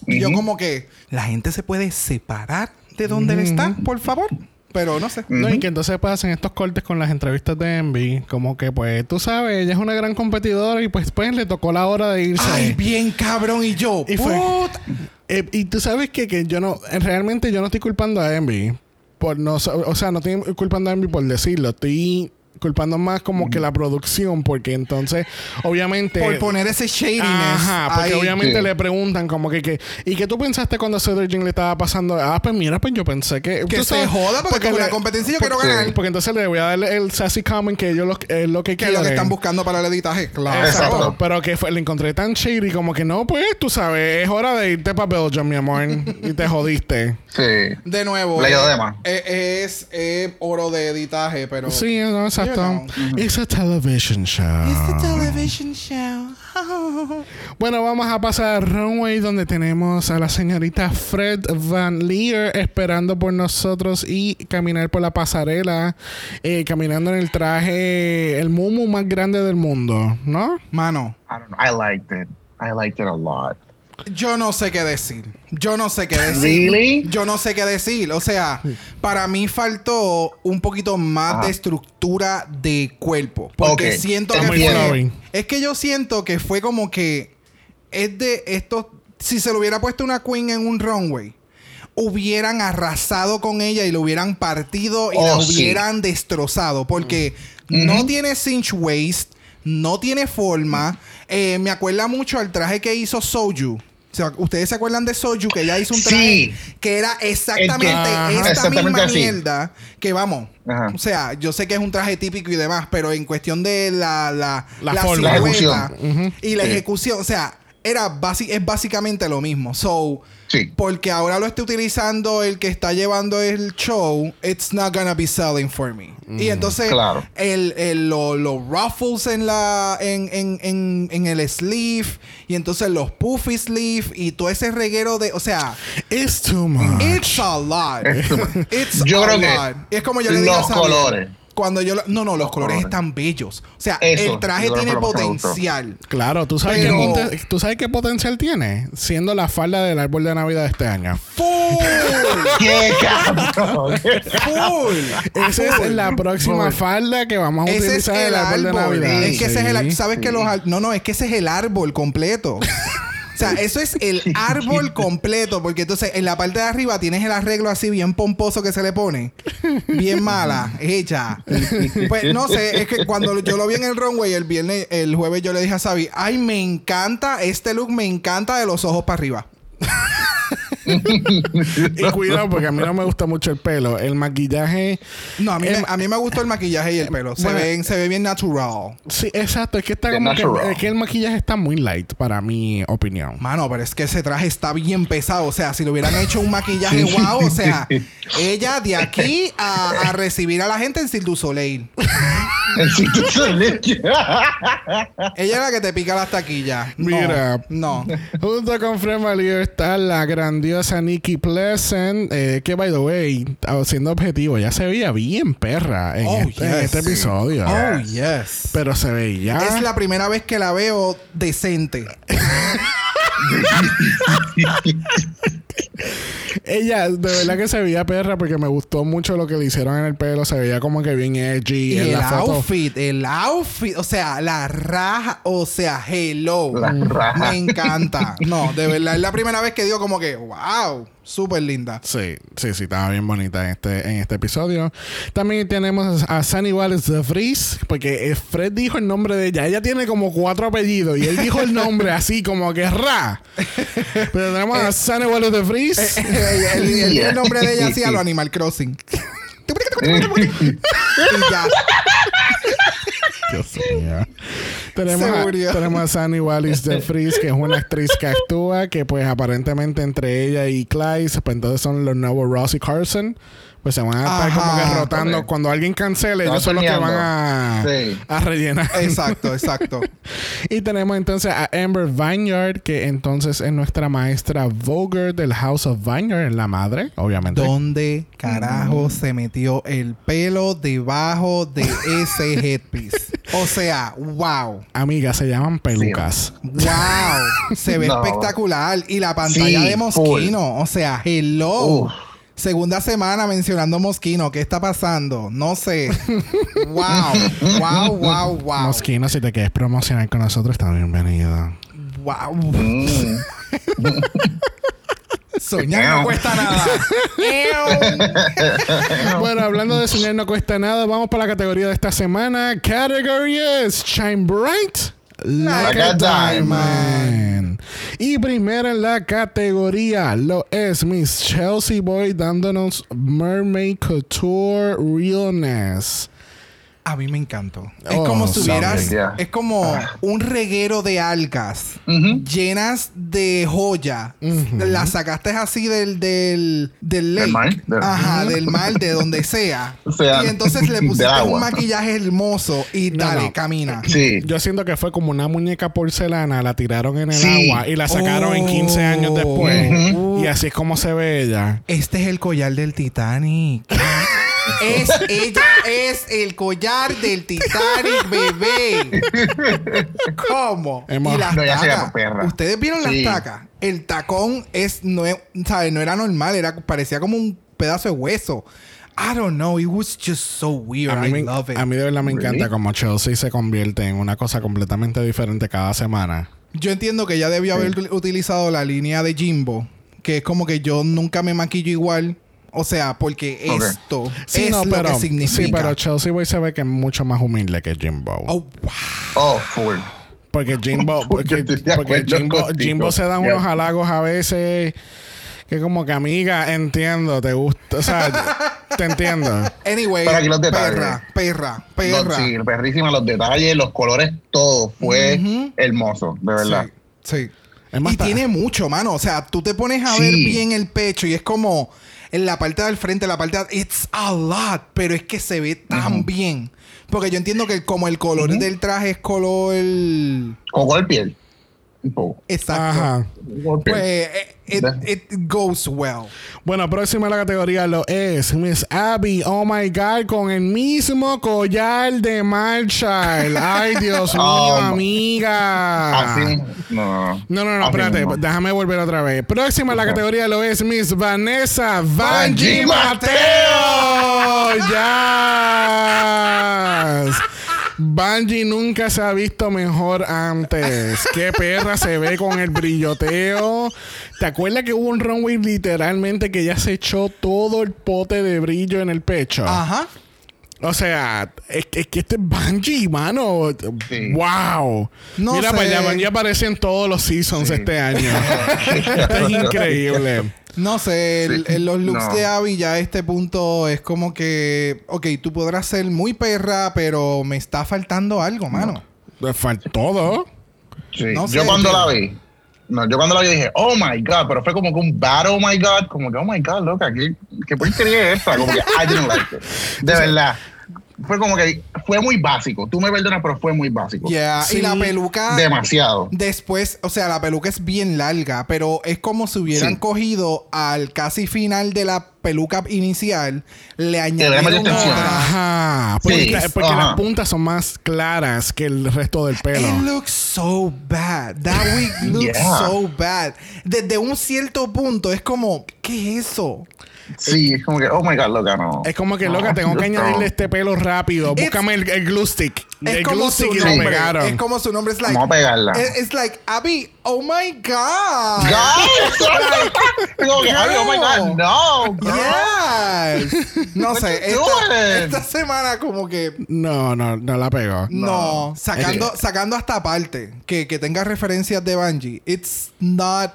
B: Y yo
C: Ujú.
B: como que, ¿la gente se puede separar de donde él está, por favor? Pero no sé.
A: No, y
C: Ujú.
A: que entonces pues hacen estos cortes con las entrevistas de Envy. Como que pues tú sabes, ella es una gran competidora y pues pues le tocó la hora de irse.
B: Ay, bien cabrón y yo.
A: Y fue-
B: puta.
A: Eh, y tú sabes que, que yo no, eh, realmente yo no estoy culpando a Envy. Por no, sa- o sea, no estoy culpando a Envy por decirlo. Estoy culpando más como que la producción, porque entonces, obviamente.
B: Por poner ese shadiness.
A: Este, Ajá, porque
B: ahí.
A: obviamente
C: Sí.
A: le preguntan como que, que ¿y qué tú pensaste cuando a Cedric Jane le estaba pasando? Ah, pues mira, pues yo pensé que...
B: Que
A: tú
B: se joda porque como
A: le-
B: la competencia yo quiero
A: porque-
B: ganar.
A: Porque entonces le voy a dar el sassy comment que ellos lo, es lo que
B: Que es lo que
A: quieren.
B: están buscando para el editaje. Claro.
A: Exacto.
C: Exacto.
A: Pero que fue- le encontré tan shady como que no, pues tú sabes, es hora de irte para Belgium, mi amor. y te jodiste.
C: Sí.
B: De nuevo.
C: Le quedó
B: eh,
C: de más.
B: eh, es eh, oro de editaje, pero.
A: Sí, no, exacto.
B: You
A: It's a television show.
B: It's the television show.
A: Bueno, vamos a pasar a Runway, donde tenemos a la señorita Fred Van Leer esperando por nosotros y caminar por la pasarela, eh, caminando en el traje, el mumu más grande del mundo, ¿no?
B: Mano,
C: I don't know. I liked it. I liked it a lot.
B: yo no sé qué decir. Yo no sé qué decir.
C: Really?
B: Yo no sé qué decir. O sea, para mí faltó un poquito más
C: Ajá.
B: de estructura de cuerpo. Porque
C: Ok,
B: siento que
C: está
A: muy
B: fue-
A: flowing.
B: Es que yo siento que fue como que es de estos. Si se lo hubiera puesto una queen en un runway, hubieran arrasado con ella y lo hubieran partido y la
C: Oh, sí.
B: hubieran destrozado. Porque no tiene cinch waist, no tiene forma. Eh, me acuerda mucho al traje que hizo Soju. O sea, ¿Ustedes se acuerdan de Soju? Que ella hizo un traje
C: Sí.
B: que era exactamente
A: Ajá.
B: esta
C: Exactamente
B: misma
C: así.
B: mierda. Que vamos.
C: Ajá.
B: O sea, yo sé que es un traje típico y demás, pero en cuestión de la, la,
A: La forma.
C: La
B: silueta
A: ejecución. Ujú.
B: y la
C: Sí.
B: ejecución. O sea, era basi- es básicamente lo mismo. So,
C: Sí.
B: porque ahora lo esté utilizando el que está llevando el show, it's not gonna be selling for me. Y entonces,
C: Mm, Claro.
B: el, el- lo- los ruffles en, la, en, en, en, en el sleeve, y entonces los puffy sleeve, y todo ese reguero de. O sea,
A: It's too much.
B: it's a lot.
C: Es tu-
B: It's
C: Yo
B: a
C: creo que
B: lot. Es como yo le digo a
C: los
B: Samuel,
C: colores.
B: Cuando yo lo- no, no, los, colores,
C: colores.
B: están bellos. O sea,
C: Eso,
B: el traje
C: yo creo que
B: tiene
C: fue lo que me gustó.
B: potencial.
A: Claro, ¿tú sabes, qué
B: Pero-
A: ponte- ¿tú sabes qué potencial tiene? Siendo la falda del árbol de Navidad de este año.
B: ¡Full!
C: ¡Qué cabrón!
B: ¡Full!
A: Esa es
B: Full.
A: la próxima
C: Robert.
A: falda que vamos a
B: Ah, Ese es
A: utilizar del
B: el
A: árbol de
B: árbol. ¿eh?
A: Navidad.
B: Es que ese es el
A: Sí.
B: ar- ¿Sabes que los ar- No, no, es que ese es el árbol completo. O sea, eso es el árbol completo, porque entonces en la parte de arriba tienes el arreglo así bien pomposo que se le pone. Bien mala, hecha. Pues no sé, es que cuando yo lo vi en el runway el viernes, el jueves yo le dije a Sabi, ay, me encanta este look, me encanta de los ojos para arriba.
A: Y cuidado, porque a mí no me gusta mucho el pelo. El maquillaje.
B: No, a mí,
A: El-
B: me, a mí me gustó el maquillaje y el pelo. Se,
A: Em, Bueno.
B: ven, se ve bien natural.
A: Sí, exacto. Es que está
C: The
A: como que,
C: natural.
A: es que el maquillaje está muy light, para mi opinión.
B: Mano, pero es que ese traje está bien pesado. O sea, si le hubieran hecho un maquillaje guau, o sea, ella de aquí a, a recibir a la gente en Cirque du Soleil.
C: El sitio celeste.
B: Ella es la que te pica las taquillas. No,
A: Mira.
B: No.
A: Junto con Fred Valier está la grandiosa Nikki Pleasant, eh, que, by the way, ah, siendo objetivo, ya se veía bien perra en,
B: Oh,
A: este, en
B: yes.
A: este
B: Sí.
A: episodio.
B: Oh, yes.
A: Pero ah. se veía.
B: Es la primera vez que la veo decente.
A: Ella, de verdad que se veía perra porque me gustó mucho lo que le hicieron en el pelo. Se veía como que bien edgy.
B: Y
A: en
B: el
A: la foto.
B: outfit, el outfit, o sea, la raja, o sea, hello.
C: La raja.
B: Me encanta. No, de verdad, es la primera vez que digo como que, wow, súper linda.
A: Sí, sí, sí, estaba bien bonita en este, en este episodio. También tenemos a Sunny Wallace de Frizz, porque eh, Fred dijo el nombre de ella. Ella tiene como cuatro apellidos y él dijo el nombre así como que ra. Pero tenemos
B: Eh,
A: a Sunny Wallace de Frizz.
B: el, el- el- el nombre de ella hacía lo Animal Crossing. Y ya.
A: Dios mío. Tenemos
B: Se
A: a,
B: murió.
A: tenemos a Sunny Wallis de Freeze, que es una actriz que actúa, que pues aparentemente entre ella y Clyde, pues entonces son los nuevos Ross y Carson. pues se van a estar
B: Ajá,
A: como que rotando.
C: ok.
A: Cuando alguien cancele,
C: Se van
A: ellos son los que van
C: torneando.
A: a,
C: Sí.
A: a rellenar.
B: Exacto, exacto.
A: Y tenemos entonces a Amber Vineyard, que entonces es nuestra maestra Voger del House of Vineyard, la madre, obviamente.
B: ¿Dónde carajo se metió el pelo debajo de ese headpiece? O sea, wow.
A: Amiga, se llaman pelucas.
B: Wow, se ve
C: No.
B: espectacular. Y la pantalla
C: Sí,
B: de Mosquino, o sea, hello.
C: Uf.
B: Segunda semana mencionando Mosquino, ¿qué está pasando? No sé. wow, wow, wow, wow.
A: Mosquino, si te quieres promocionar con nosotros, está bienvenido.
B: Wow.
C: Mm.
B: Soñar no cuesta nada.
A: Bueno, hablando de soñar no cuesta nada, vamos para la categoría de esta semana. Category is Shine Bright Like,
C: Like
A: a,
C: a
A: Diamond. Y primera en la categoría lo es Miss Chelsea Boy dándonos Mermaid Couture Realness.
B: A mí me encantó. Es
A: Oh,
B: como si hubieras.
C: yeah. Ah.
B: Es como un reguero de algas llenas de joya. Las sacaste así del. del. del lake.
C: Del mar, del-
B: Ajá, del mar, de donde sea.
C: O sea,
B: y entonces le
C: del
B: pusiste un
C: agua.
B: maquillaje hermoso y
A: No,
B: dale,
A: no.
B: camina.
C: Sí.
A: Yo siento que fue como una muñeca porcelana, la tiraron en el
C: Sí.
A: agua y la sacaron en 15 años
B: Oh.
A: después.
B: Ujú.
A: Y así es como se ve ella.
B: Este es el collar del Titanic. es, ella es el collar del Titanic, bebé. ¿Cómo?
A: Emma.
B: Y las
C: No, ya se
B: tacas.
C: llama perra.
B: Ustedes vieron
C: Sí.
B: las tacas. El tacón es no, es- ¿sabe? no era normal, era parecía como un pedazo de hueso. I don't know, it was just so weird.
A: A mí,
B: I
A: me-
B: love it.
A: a mí de verdad me encanta
C: Really?
A: como Chelsea se convierte en una cosa completamente diferente cada semana.
B: Yo entiendo que ya debió haber utilizado la línea de Jimbo, que es como que yo nunca me maquillo igual. O sea, porque
C: Ok.
B: esto
A: Sí,
B: es
A: no,
B: lo
A: pero,
B: que significa.
A: sí, pero Chelsea Boy se ve que es mucho más humilde que Jimbo.
B: Oh, wow.
C: Oh, full.
A: Porque Jimbo, porque,
C: Yo estoy de
A: porque
C: acuerdo
A: Jimbo,
C: contigo.
A: Jimbo se da
C: Yeah.
A: unos halagos a veces que como que amiga, entiendo, te gusta, o sea, te entiendo.
B: Anyway,
C: Pero aquí los detalles.
B: perra, perra,
C: Los,
B: perra.
C: sí, perrísima, los detalles, los colores, todo fue hermoso, de verdad.
B: Sí. sí.
A: Es más,
B: y
A: está-
B: tiene mucho, mano. O sea, tú te pones a
C: Sí.
B: ver bien el pecho y es como en la parte del frente, la parte de... It's a lot, pero es que se ve tan bien. Porque yo entiendo que como el color del traje es color...
C: Con color piel. Un poco.
B: Exacto.
A: Ajá.
C: Color piel.
B: Pues eh, it,
C: Ve.
B: it goes well.
A: Bueno, próxima a la categoría lo es Miss Abby, oh my god, con el mismo collar de Marshall. Ay, Dios mío,
C: Oh, my-
A: amiga.
C: Así. No,
A: ah. No, no, no,
C: Así
A: espérate,
C: mismo.
A: déjame volver otra vez. Próxima en la
C: Ok.
A: categoría lo es Miss Vanessa Vanji
C: Vanji
A: Mateo. ¡Ya! Vanji nunca se ha visto mejor antes. Qué perra se ve con el brilloteo. ¿Te acuerdas que hubo un runway literalmente que ya se echó todo el pote de brillo en el pecho?
C: Ah.
B: Ajá.
A: O sea, es, es que este Bungie, mano.
C: Sí.
A: ¡Wow!
B: No
A: Mira
B: sé.
A: para allá, Bungie aparece en todos los seasons este año. Esto es increíble.
B: No sé, el-
C: Sí.
B: el- los looks
C: No.
B: de Abby ya a este punto es como que, ok, tú podrás ser muy perra, pero me está faltando algo, mano.
A: Le Faltó Pues todo.
C: Sí.
B: No
C: yo
B: sé,
C: cuando
B: tío.
C: la vi, no, yo cuando la vi dije, oh my god, pero fue como que un bad oh my god, como que oh my god, loca, qué, qué porquería es esta, como que I didn't like it. De verdad, fue como que fue muy básico, tú me perdonas, pero fue muy básico.
B: Yeah,
A: Sí.
B: Y la peluca
C: Demasiado.
B: después, o sea, la peluca es bien larga, pero es como si hubieran
C: Sí.
B: cogido al casi final de la peluca inicial, le
C: metido
B: añadieron
C: extensión.
A: Ah.
B: otra.
A: Ajá. Porque,
C: Sí,
A: la- porque
C: ajá.
A: las puntas son más claras que el resto del pelo.
B: It looks so bad. That wig looks
C: Yeah.
B: so bad. Desde un cierto punto es como, ¿qué es eso?
C: Sí, es como que oh my god, loca, no.
A: Es como que, loca, tengo que
C: Ah, No.
A: añadirle este pelo rápido.
B: It's-
A: Búscame el, el glue stick.
B: Es
A: el
B: como
A: glue
B: su
A: stick y lo
B: nombre.
A: pegaron.
B: Es como su nombre. Es like,
C: Vamos a pegarla.
B: It- It's like, Abby, oh my God.
C: God, Como que, ay, oh my god, no. girl.
B: Yes. No
C: What
B: sé.
C: you
B: Esta,
C: doing?
B: esta semana como que...
A: No, no, no la pegó.
B: No,
C: No.
B: sacando, sacando hasta aparte que, que tenga referencias de Bungie, it's not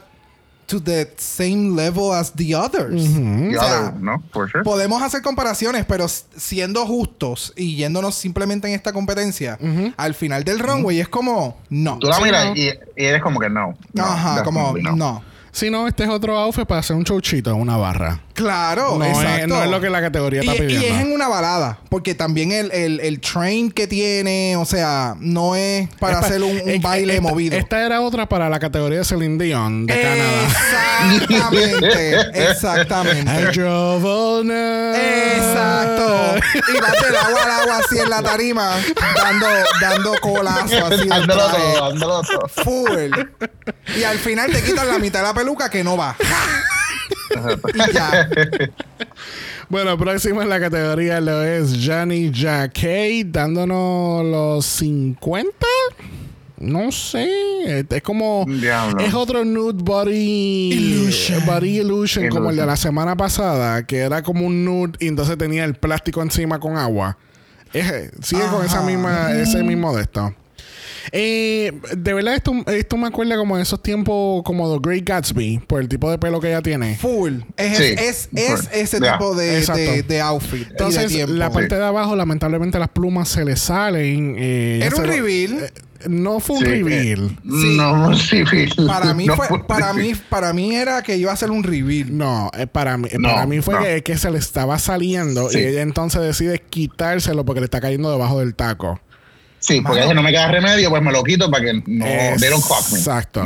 B: to the same level as the others.
C: The
B: O sea,
C: other, no, for sure.
B: Podemos hacer comparaciones, pero s- siendo justos y yéndonos simplemente en esta competencia, al final del runway es como, no.
C: Tú la
A: Sí,
C: miras
A: no.
C: y, y eres como que no. no
B: Ajá, como,
C: definitely
B: no.
A: Si no, este es otro outfit para hacer un chouchito en una barra.
B: Claro,
A: No
B: exacto.
A: es, no es lo que la categoría
B: Y,
A: está
B: y
A: pidiendo.
B: es en una balada, porque también el, el, el train que tiene, o sea, no es para
A: Es pa-
B: hacer un, un
A: es-
B: baile
A: esta-
B: movido. Eh,
A: Esta era otra para la categoría de Celine Dion de Canadá.
B: Exactamente,
A: I
B: exactamente.
A: drove all night.
B: Exacto. Y vas del agua al agua así en la tarima, dando, dando colazo así. pues. al
C: Dándolo
B: traje.
C: todo, dándolo todo.
B: Full. Y al final te quitan la mitad de la peluca que no va. y ya.
A: Bueno, próxima en la categoría lo es Johnny Jacquet dándonos los 50. No sé, es- es como
C: Diablo.
A: es otro nude body
B: Illusion.
A: body illusion como el de
C: Illusion.
A: la semana pasada, que era como un nude y entonces tenía el plástico encima con agua. Es- sigue con esa
B: Ajá.
A: misma ese mismo de esto. Eh, de verdad esto, esto me acuerda como de esos tiempos como The Great Gatsby por el tipo de pelo que ella tiene.
B: Full. Es,
C: Sí,
B: es,
C: full.
B: es ese
C: Ya,
B: tipo de,
A: exacto.
B: de, de outfit. y de
A: Entonces,
B: tiempo.
A: la parte de abajo, lamentablemente, las plumas se le salen. eh, ya
B: Era un
A: se-
B: reveal.
A: eh, no fue un
C: Sí, eh,
A: reveal.
B: Sí.
C: No, sí, sí.
B: Para mí,
C: No
B: fue-
C: puede
B: para,
C: ser.
B: mí, para mí era que iba a hacer un reveal.
A: No, eh, para mí, eh,
C: No,
A: para mí fue
C: no.
A: que, que se le estaba saliendo
C: Sí.
A: y ella entonces decide quitárselo porque le está cayendo debajo del taco.
C: Sí, porque si no me queda remedio, pues me lo quito para que no. They don't fuck me.
A: Exacto.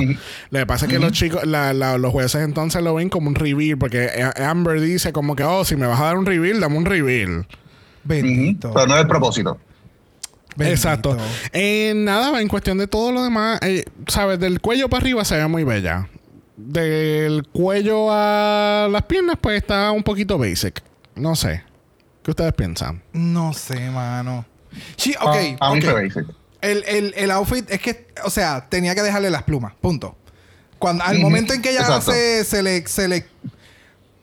A: Lo que pasa es que los chicos, la- la- los jueces entonces lo ven como un reveal porque eh, Amber dice como que, oh, si me vas a dar un reveal, dame un reveal.
B: Bendito.
C: Pero no es el propósito.
B: bendito.
A: Exacto. Eh, nada, en cuestión de todo lo demás, eh, sabes, del cuello para arriba se ve muy bella. Del cuello a las piernas, pues está un poquito basic. No sé. ¿Qué ustedes piensan?
B: No sé, mano. Sí, ok.
C: Ah, a, a mí
B: ok.
C: fue basic.
B: El, el, el outfit es que, o sea, tenía que dejarle las plumas, punto. Cuando, al
C: Ujú,
B: momento en que ella
C: exacto.
B: hace, se le, se le...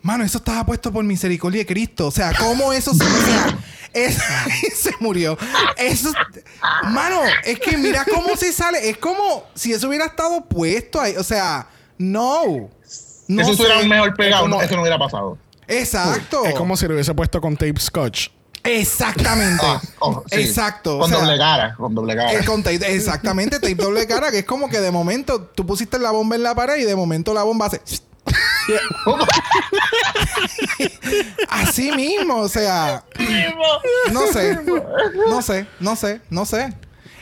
B: Mano, eso estaba puesto por misericordia de Cristo. O sea, ¿cómo eso se... o sea, es- se murió. Eso... Mano, es que mira cómo se sale. Es como si eso hubiera estado puesto ahí. O sea, no. No
C: eso estuviera
B: sé.
C: mejor
B: Es
C: pegado,
B: como-
C: no, eso no hubiera pasado.
B: Exacto.
A: Es como si lo hubiese puesto con tape scotch.
B: Exactamente.
C: Ah, oh, sí.
B: Exacto. o
C: Con
B: sea,
C: doble cara, con doble cara.
B: El con tape- exactamente, tape doble cara, que es como que de momento tú pusiste la bomba en la pared y de momento la bomba hace. Así mismo, o sea. No sé, no sé, no sé, no sé.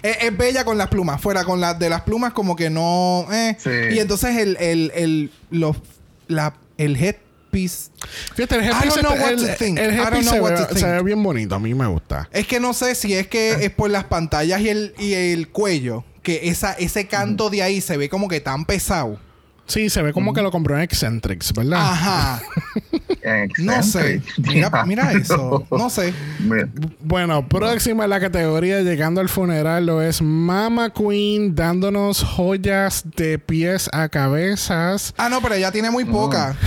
B: Es, es bella con las plumas, fuera con las de las plumas, como que no. eh.
C: Sí.
B: Y entonces el, el, el, los, la, el headpiece.
A: Fíjate, el
B: I
A: headpiece,
B: don't know
A: está-
B: what
A: el-
B: to think.
A: el
B: I don't
A: headpiece
B: know
A: se,
B: what
A: ve,
B: to think.
A: se ve bien bonito. A mí me gusta.
B: Es que no sé si es
A: Ah.
B: que es por las pantallas y el, y el cuello, que esa, ese canto de ahí se ve como que tan pesado.
A: Sí, se ve como que lo compró en Eccentrics, ¿verdad?
B: Mm. Ajá. No sé.
C: Eccentric.
B: Mira, mira eso. No sé.
C: Mira.
A: Bueno, próxima en la categoría llegando al funeral lo es Mama Queen dándonos joyas de pies a cabezas.
B: Ah, no, pero ella tiene muy poca.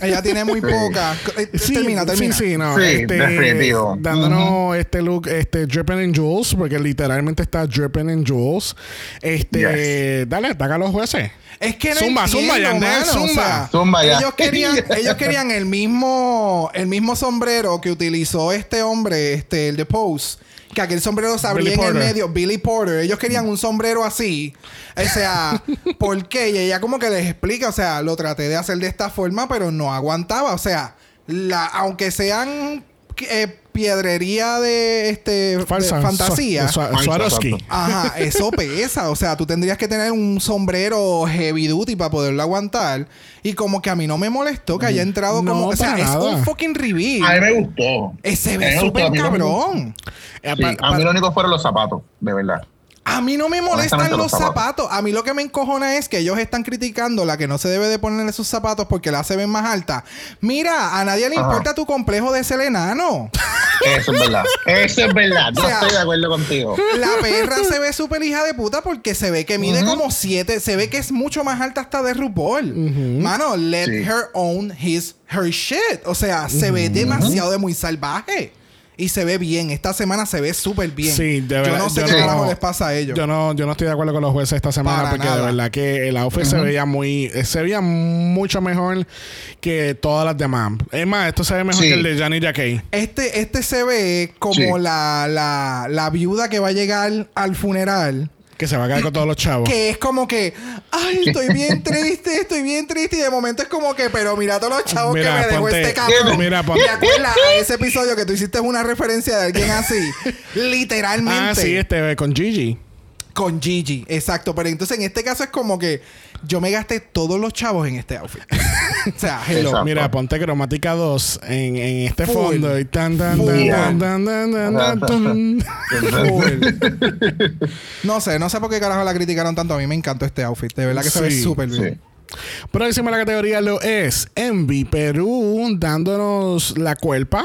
B: ella tiene muy
C: Sí.
B: poca. Eh, termina, termina.
A: Sí, sí, no.
C: Sí,
A: este,
C: definitivo.
A: Dándonos este look, este Dripping in Jewels, porque literalmente está Dripping in Jewels. Este, dale, ataca a los jueces.
B: Es que no
A: Zumba, zumba,
B: entiendo,
A: Yandel,
B: mano, o
A: zumba.
B: sea,
C: Zumba, ya.
B: Ellos querían, ellos querían el mismo, el mismo sombrero que utilizó este hombre, este, el de Pose. Que aquel sombrero se abría
A: Billy
B: en el
A: Porter.
B: medio, Billy Porter. Ellos querían un sombrero así. O sea, ¿por qué? Y ella como que les explica, o sea, lo traté de hacer de esta forma, pero no aguantaba. O sea, la, aunque sean eh, piedrería de este de
A: Falsa.
B: fantasía.
A: Swa- Swa-
C: Falsa,
A: Swarovski.
C: exacto.
B: Ajá, eso pesa. O sea, tú tendrías que tener un sombrero heavy duty para poderlo aguantar. Y como que a mí no me molestó que haya entrado
A: No,
B: como. O sea,
A: para
B: es
A: nada.
B: un fucking
C: A mí
B: reveal.
C: me gustó.
B: Eh, Se
C: A mí
B: ve
C: me gustó, a
B: súper
C: mí no me-
B: cabrón.
A: Eh,
C: Sí,
A: pa-
C: a
A: pa-
C: mí lo único fueron los zapatos, de verdad.
B: A mí no me molestan
C: Honestamente,
B: los
C: los
B: zapatos. A mí lo que me encojona es que ellos están criticando la que no se debe de ponerle sus zapatos porque la se ven más alta. Mira, a nadie le
C: Ajá.
B: importa tu complejo de ser enano.
C: Eso es verdad. Eso es verdad. No
B: O sea,
C: estoy de acuerdo contigo.
B: La perra se ve súper hija de puta porque se ve que mide
C: Ujú.
B: como 7. Se ve que es mucho más alta hasta de RuPaul. Mano, let
C: Sí.
B: her own his her shit. O sea, se ve demasiado de muy salvaje. Y se ve bien. Esta semana se ve súper bien.
A: Sí, de
B: Yo
A: verdad,
B: no sé
A: yo
B: qué
A: no-
B: carajo les pasa a ellos.
A: Yo no, yo no estoy de acuerdo con los jueces esta semana
B: Para
A: porque
B: nada.
A: de verdad que el outfit se veía muy, eh, se veía mucho mejor que todas las demás. Es más, esto se ve mejor
C: Sí.
A: que el de Johnny Jacquet.
B: Este, este se ve como
C: Sí.
B: la, la, la viuda que va a llegar al funeral.
A: Que se va a quedar con todos los chavos.
B: Que es como que, ay, estoy bien triste, estoy bien triste. Y de momento es como que, pero mira a todos los chavos
A: Mira,
B: que me dejó
A: ponte-
B: este cabrón.
A: mira, ponte-
B: ¿Te acuerdas a ese episodio que tú hiciste una referencia de alguien así? Literalmente.
A: Ah, sí, este eh, con Gigi.
B: Con Gigi, exacto. Pero entonces en este caso es como que yo me gasté todos los chavos en este outfit. o sea, hello.
C: Exacto.
A: Mira, ponte cromática 2 en, en este
B: Full.
A: fondo. Y tan, tan, tan,
B: Full.
A: tan, tan, tan, tan, tan, tan.
B: No sé, no sé por qué carajo la criticaron tanto. A mí me encantó este outfit. De verdad que se ve
A: Sí,
B: súper
C: Sí.
B: bien.
A: Próxima la categoría lo es Envy Perú dándonos la cuerpa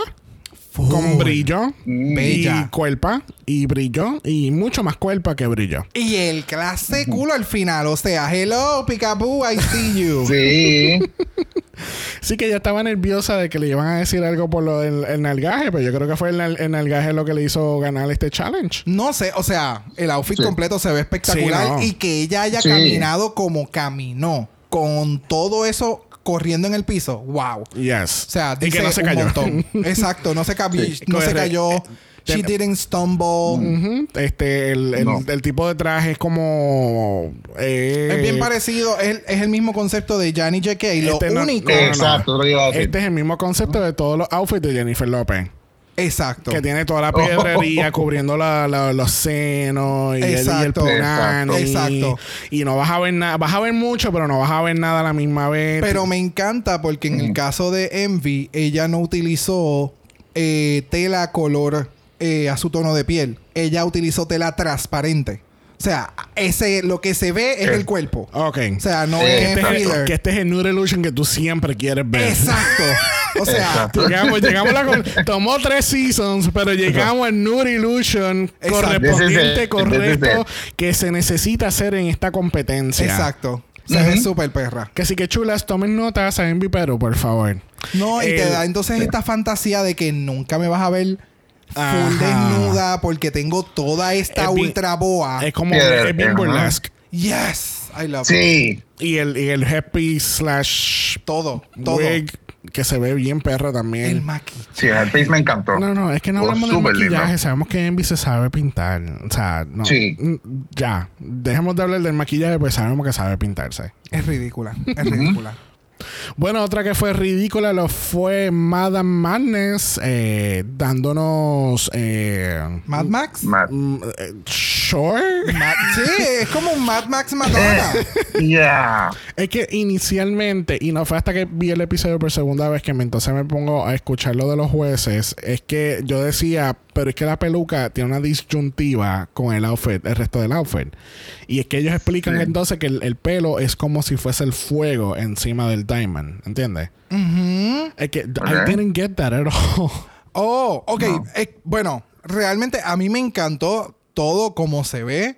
A: con
B: Full.
A: brillo.
C: Mm.
A: Y
B: Bella.
A: cuerpa y brillo. Y mucho más cuerpa que brillo.
B: Y el clase culo al final. O sea, hello, Picaboo, I see you.
C: Sí.
A: Sí que ella estaba nerviosa de que le iban a decir algo por lo del el nalgaje, pero yo creo que fue el, nal- el nalgaje lo que le hizo ganar este challenge.
B: No sé, o sea, el outfit
C: Sí.
B: completo se ve espectacular
A: Sí, no.
B: y que ella haya
C: Sí.
B: caminado como caminó, con todo eso corriendo en el piso. Wow.
A: Yes.
B: O sea,
A: y
B: dice
A: que no se
B: un
A: cayó.
B: montón. Exacto, no se, cabi- no se
A: Corre-
B: cayó.
A: eh,
B: She
A: ten-
B: didn't stumble.
A: Ujú. Este, el, el-
C: No.
A: el tipo de traje es como. eh,
B: Es bien parecido, es, es el mismo concepto de Johnny J.K. Lo
A: Este no-
B: único.
A: no, no,
C: Exacto, lo que iba a decir.
A: Este es el mismo concepto de todos los outfits de Jennifer López.
B: Exacto.
A: Que tiene toda la piedrería cubriendo la- la- los senos y el- y el,
B: Exacto.
A: punani.
B: Exacto.
A: Y no vas a ver nada. Vas a ver mucho, pero no vas a ver nada a la misma vez.
B: Pero me encanta porque en el caso de Envy, ella no utilizó eh, tela color eh, a su tono de piel. Ella utilizó tela transparente. O sea, ese lo que se ve es
C: Sí.
B: el cuerpo.
A: Ok.
B: O sea, no
C: Eh,
B: es
A: Este es el-
B: filler.
A: que este es el nude illusion que tú siempre quieres ver.
B: Exacto. O sea,
C: Exacto.
A: Llegamos, llegamos la col- tomó tres seasons, pero llegamos al Nude Illusion
B: Exacto.
A: correspondiente,
C: This is it.
A: correcto,
C: This
A: que se necesita hacer en esta competencia.
B: exacto. Se ve súper perra.
A: Que sí que chulas, tomen notas a Envy Perú, por favor.
B: No, y te
A: El-
B: da entonces esta fantasía de que nunca me vas a ver full
A: Ajá.
B: desnuda porque tengo toda esta
A: Es bien-
B: ultra boa.
A: Es como
C: Yeah,
A: es bien
C: ajá.
A: burlesque.
B: Yes, I love it.
C: Sí.
A: Y el, y el happy slash
B: Todo, todo.
A: wig que se ve bien perra
B: El
A: también.
B: maquillaje.
C: Sí, el Face me encantó.
A: No, no, es que no
C: Estuvo
A: hablamos de
C: Oh, súper lindo.
A: maquillaje. Sabemos que Envy se sabe pintar. O sea, no.
C: Sí.
A: Mm, Ya. Dejemos de hablar del maquillaje, pues sabemos que sabe pintarse.
B: Es ridícula, es ridícula.
A: Bueno, otra que fue ridícula lo fue Madame Madness eh, dándonos. Eh,
B: Mad Max.
C: Matt.
A: mm, eh, sure.
B: Mad- sí, es como un Mad Max Madonna.
A: Eh.
C: Yeah.
A: Es que inicialmente, y no fue hasta que vi el episodio por segunda vez que me, entonces me pongo a escuchar lo de los jueces, es que yo decía, pero es que la peluca tiene una disyuntiva con el outfit, el resto del outfit. Y es que ellos explican
C: Sí.
A: entonces que el, el pelo es como si fuese el fuego encima del diamond, ¿entiendes?
B: Ujú.
A: Es que
C: Ok.
A: I didn't get that at all.
B: Oh, ok. Eh, bueno, realmente a mí me encantó todo como se ve.